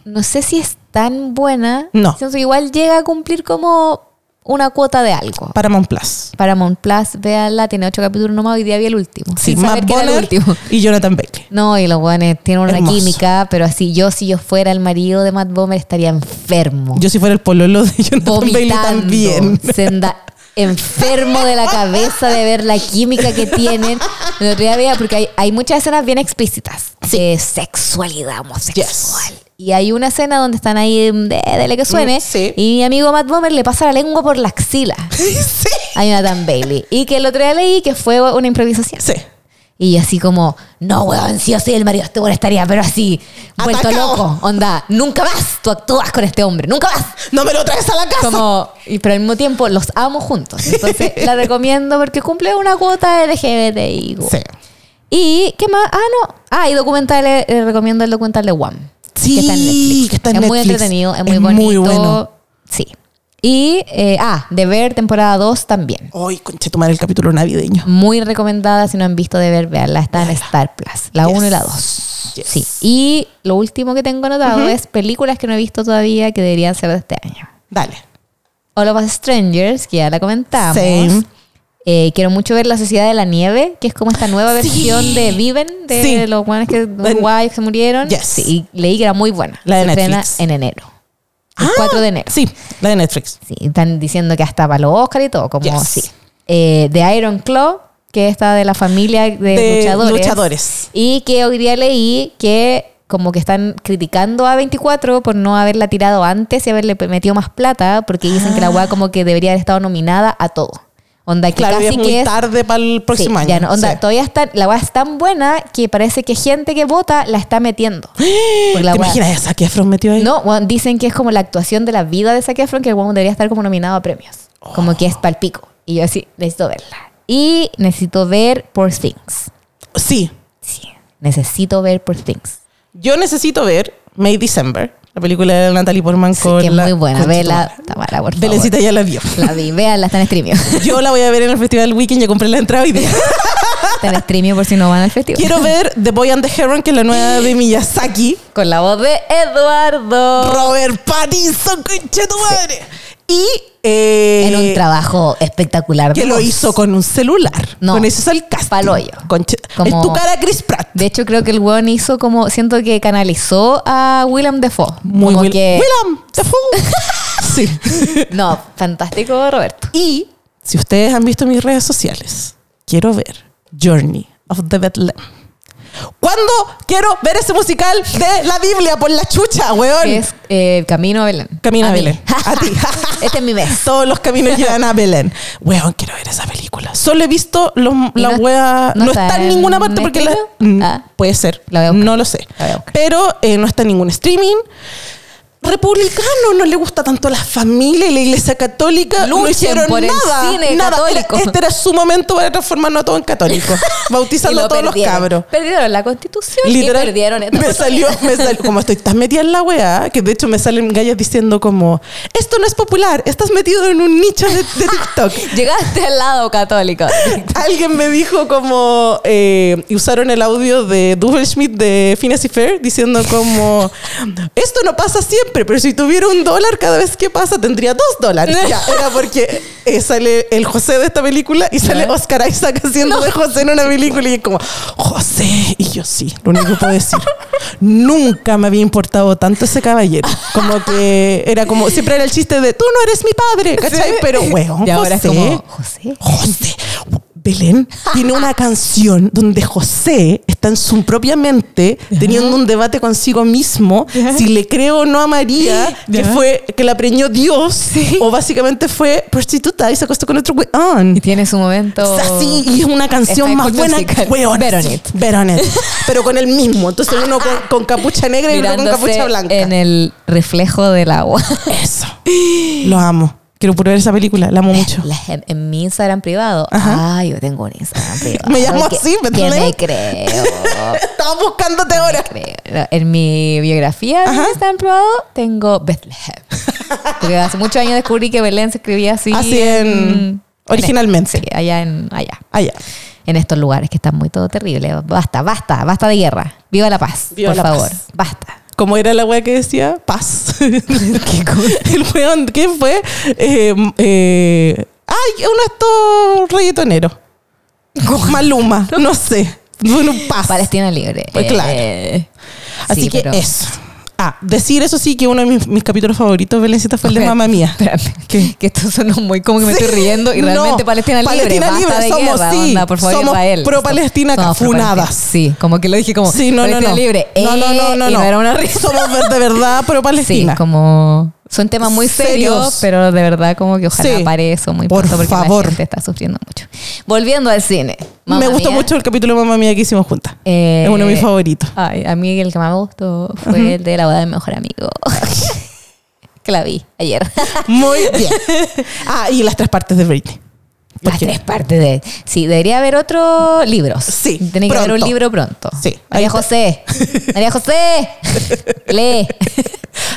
no sé si es tan buena, No. siento que igual llega a cumplir como una cuota de algo. Paramount Plus. Paramount Plus, véanla, tiene ocho capítulos nomás, hoy día vi el último. sin saber Matt que era el Bonner último. y Jonathan Baker. No, y los buenos tienen una Hermoso. química, pero así yo, si yo fuera el marido de Matt Bomer, estaría enfermo Yo si fuera el pololo de Jonathan Bailey vomitando. también. Senda enfermo de la cabeza de ver la química que tienen. El otro día veía, porque hay, hay muchas escenas bien explícitas de sexualidad homosexual. Y hay una escena donde están ahí, mm, de- dele que suene, Mm, sí. y mi amigo Matt Bomer le pasa la lengua por la axila sí. a Jonathan Bailey. Y que el otro día leí que fue una improvisación. Sí. Y así como, no, weón, si yo soy el marido de este weón estaría, pero así, vuelto Atacado. loco. Onda, nunca más tú actúas con este hombre, nunca más No me lo traes a la casa. como y pero al mismo tiempo los amo juntos entonces la recomiendo porque cumple una cuota LGBTI Sí. y qué más ah no ah y documental eh, recomiendo el documental de One Sí, que está en es muy Netflix. entretenido es muy Es bonito muy bueno. sí y eh, ah de ver temporada 2 también Ay, conche, tomar el capítulo navideño. muy recomendada si no han visto de ver veanla está en Star Plus la 1 y la 2 Yes. sí y lo último que tengo anotado es películas que no he visto todavía que deberían ser de este año Dale. All of Us Strangers, que ya la comentamos. Same. Eh, quiero mucho ver La Sociedad de la Nieve, que es como esta nueva versión de Viven, de Sí. los guanes que, los En- guayos que se murieron. Yes. Sí, y leí que era muy buena. La de se estrena Netflix. Ah. en enero. El 4 de enero. Sí, la de Netflix. Sí, están diciendo que hasta para los Oscar y todo, como Yes. así. Eh, de Iron Claw, que está de la familia de, De luchadores. luchadores. Y que hoy día leí que como que están criticando a 24 por no haberla tirado antes y haberle pe- metido más plata, porque dicen que la weá como que debería haber estado nominada a todo. Onda, que Ah. Claro, y casi es que muy es- tarde para el próximo Sí, año. ya no, onda, Sí. todavía está, la weá es tan buena que parece que gente que vota la está metiendo. Porque la ¿Te weá- imaginas esa que Efron metió ahí? no, weón, dicen que es como la actuación de la vida de Zac Efron, que el weón debería estar como nominado a premios. Como Oh. que es palpico. Y yo así, necesito verla. Y necesito ver Poor Things. Sí. Sí, necesito ver Poor Things. Yo necesito ver May December, la película de Natalie Portman Sí, con que es la- muy buena. con Vela, Chetumala. Tamara, por favor. Belencita ya la vio. La vi, véanla, está en streaming. Yo la voy a ver en el Festival Weekend, ya compré la entrada hoy día. Está en streaming por si no van al festival. Quiero ver The Boy and the Heron, que es la nueva de Miyazaki. Con la voz de Eduardo. Robert Pattinson, concha tu madre. Y eh, en un trabajo espectacular. de que lo voz. hizo con un celular. No. Con eso es el casting. Paloyo. Conche- Como- Es tu cara Chris Pratt. De hecho, creo que el weón hizo como. Siento que canalizó a Willem Dafoe. Muy como Will- que- Willem Dafoe. sí. No, fantástico, Roberto. Y si ustedes han visto mis redes sociales, quiero ver Journey of the Bethlehem. ¿Cuándo quiero ver ese musical de la Biblia por la chucha, weón? Que es eh, Camino a Belén. Camino a mí. Belén. A ti. este es mi mes. Todos los caminos llevan a Belén. Weón, quiero ver esa película. Solo he visto los- ¿Y la no- wea. No, no está, está en ninguna en parte porque la- Netflix? Mm, Ah. puede ser. La voy a buscar. no lo sé. La voy a buscar. Pero eh, no está en ningún streaming. Republicano no le gusta tanto a la familia y la iglesia católica. no Luchen hicieron por el nada. cine nada. Era- católico. este era su momento para transformarnos a todos en católicos, bautizando Y a lo todos perdieron. los cabros. Perdieron la constitución Literal, y perdieron esta me salió, me salió, como estoy tan metida en la weá, que de hecho me salen gallas diciendo como, esto no es popular, estás metido en un nicho de, de TikTok. Llegaste al lado católico. Alguien me dijo como, eh, y usaron el audio de Schmidt de Phineas y Fair diciendo como, esto no pasa siempre siempre, pero si tuviera un dólar cada vez que pasa, tendría dos dólares. Ya, era porque eh, sale el José de esta película y sale Claro. Oscar Isaac haciendo de José en una película y es como, José. Y yo sí, lo único que puedo decir. Nunca me había importado tanto ese caballero. Como que era como, siempre era el chiste de, tú no eres mi padre, ¿cachai? Pero, weón, Y ahora es José, como, José. José. Belén tiene una canción donde José está en su propia mente teniendo un debate consigo mismo si le creo o no a María que Ya. fue que la preñó Dios o básicamente fue prostituta y se acostó con otro weón. Y tiene su momento. O sea, sí, y es una canción Está más buena que musical. weón. Veronet. Veronet. Pero con el mismo. Entonces uno con, con capucha negra y uno con Mirándose capucha blanca. en el reflejo del agua. Eso. Lo amo. Quiero puro ver esa película. La amo mucho. La- en, en mi Instagram privado. Ajá. Ah, yo tengo un Instagram privado. Me llamo que- así, ¿me que entendés? me creo. Estaba buscándote ahora. creo. En mi biografía de Ajá. Instagram privado tengo Bethlehem. Porque hace muchos años descubrí que Belén se escribía así. Así en- originalmente. este, Ah, sí, allá en allá. Allá. En estos lugares que están muy todo terrible. Basta, basta, basta de guerra. Viva la paz, Viva por la favor. paz. Basta. como era la weá que decía, paz. el weón, ¿quién fue? Eh, eh, ay, uno de estos reggaetoneros. Maluma, no sé. Bueno, paz. Palestina libre. Pues claro. Eh, Así este, sí, que pero- eso. Ah, decir eso sí que uno de mis, mis capítulos favoritos, Belencita, fue el de Espérate, Mamá Mía. espérate, Que esto sonó muy como que me Sí. estoy riendo y No, realmente Palestina libre. Palestina basta libre, de somos, guerra, sí, onda, por favor, somos Israel. pro-Palestina acá, Somos pro-Palestina. funadas. Sí, como que lo dije como Sí, no, no, Palestina no. libre. no, no, eh, no, no, y no. no era una risa. Somos ver- de verdad pro Palestina. Sí, como son temas muy serios, Serios. pero de verdad como que ojalá Sí. pare eso muy Por pronto porque favor. la gente está sufriendo mucho. Volviendo al cine. Mamma me gustó Mia. mucho el capítulo de Mamá Mía que hicimos juntas. Eh, es uno de mis favoritos. Ay, a mí el que más me gustó fue el de la boda del mejor amigo. que la vi ayer. Muy bien. Ah, y las tres partes de Britney. Las Porque- tres partes de. Sí, debería haber otro libro. Sí, Tiene que haber un pronto. libro pronto. Sí, ahí María está. José. María José. Lee.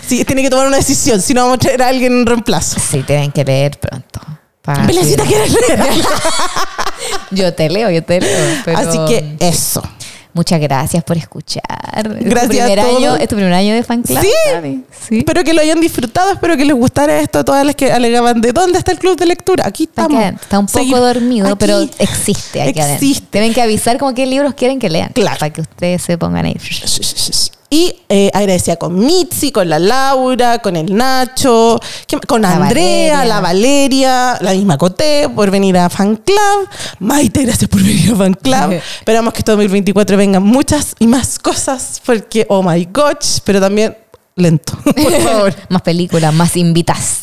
Sí, tiene que tomar una decisión, si no vamos a traer a alguien en reemplazo. Sí, tienen que leer pronto. para- Belencita, ¿quieres leer? Yo te leo, yo te leo. pero- Así que eso. Muchas gracias por escuchar. Gracias es a tu primer todos. año, Es tu primer año de fan club. Sí. Dani. Sí. Espero que lo hayan disfrutado, espero que les gustara esto a todas las que alegaban de dónde está el club de lectura. Aquí estamos. Acá Está un poco Seguimos dormido, aquí. pero existe aquí adentro. Existe. Tienen que avisar como qué libros quieren que lean. Claro. Para que ustedes se pongan ahí. Y eh, agradecía con Mitzi, con la Laura, con el Nacho, ¿quién- con La Andrea, Valeria. la Valeria, la misma Coté, por venir a Fan Club. Maite, gracias por venir a Fan Club. Esperamos que este 2024 vengan muchas y más cosas, porque, oh my gosh, pero también lento, por favor. más películas, más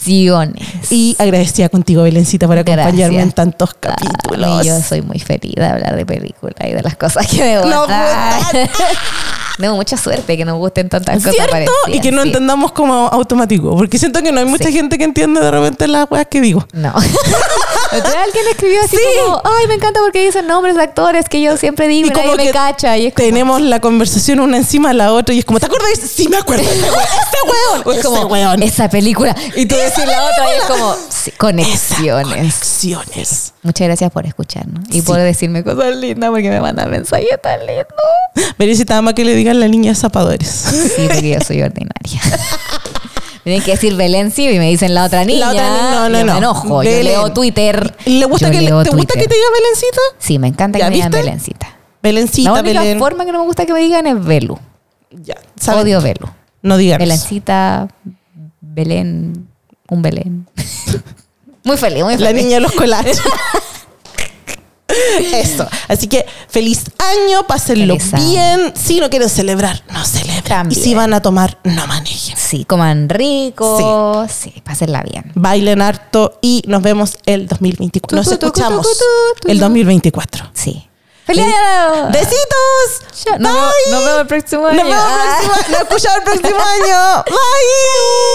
invitaciones. Y agradecía contigo, Belencita, por acompañarme Gracias. en tantos Ah, capítulos. yo soy muy feliz de hablar de películas y de las cosas que debo No, hablar. Tengo mucha suerte que nos gusten tantas cosas ¿Cierto? parecidas. Y que no sí. entendamos como automático, porque siento que no hay mucha Sí. gente que entiende de repente las weas que digo. No. Otra vez alguien escribió así Sí. como, ay, me encanta porque dicen nombres de actores que yo siempre digo y, nadie me cacha. Y es como, tenemos la conversación una encima de la otra y es como, ¿te acuerdas? Sí, me acuerdo. Ese weón. o es Ese como, weón. esa película. Y tú Esa decís la otra y es película. como, sí, conexiones. Conexiones. Muchas gracias por escucharnos y Sí. por decirme cosas lindas porque me mandan mensajes tan lindos. Berecita ama que le digan la niña de zapadores. Sí, porque yo soy ordinaria. Tienen que decir Belén sí y me dicen la otra La niña. otra ni- no, no, yo no. Me enojo. Belén. Yo leo Twitter. ¿Le gusta Yo que le- leo ¿Te gusta que Twitter. te diga Belencita? Sí, me encanta que ¿Ya me digan viste? Belencita. Belencita, La única Belen. forma que no me gusta que me digan es Velu. Ya, saben. Odio Velu. No digan eso. Belencita, Belén, un Belén. muy feliz, muy feliz. La niña de los colaches. Eso. Así que feliz año, pásenlo Feliz año. bien. Si no quieren celebrar, no celebren. También. Y si van a tomar, no manejen. Sí, coman rico. Sí, pásenla bien. Bailen harto y nos vemos el 2024. Nos Tu, tu, tu, escuchamos tu, tu, Ah. tu, tu. el 2024. Sí. Eh, ¡Feliz año! ¡Besitos! Ya, Nos vemos- nos vemos el próximo Nos año. vemos el Ah. próximo- nos escuchamos el próximo año. Bye.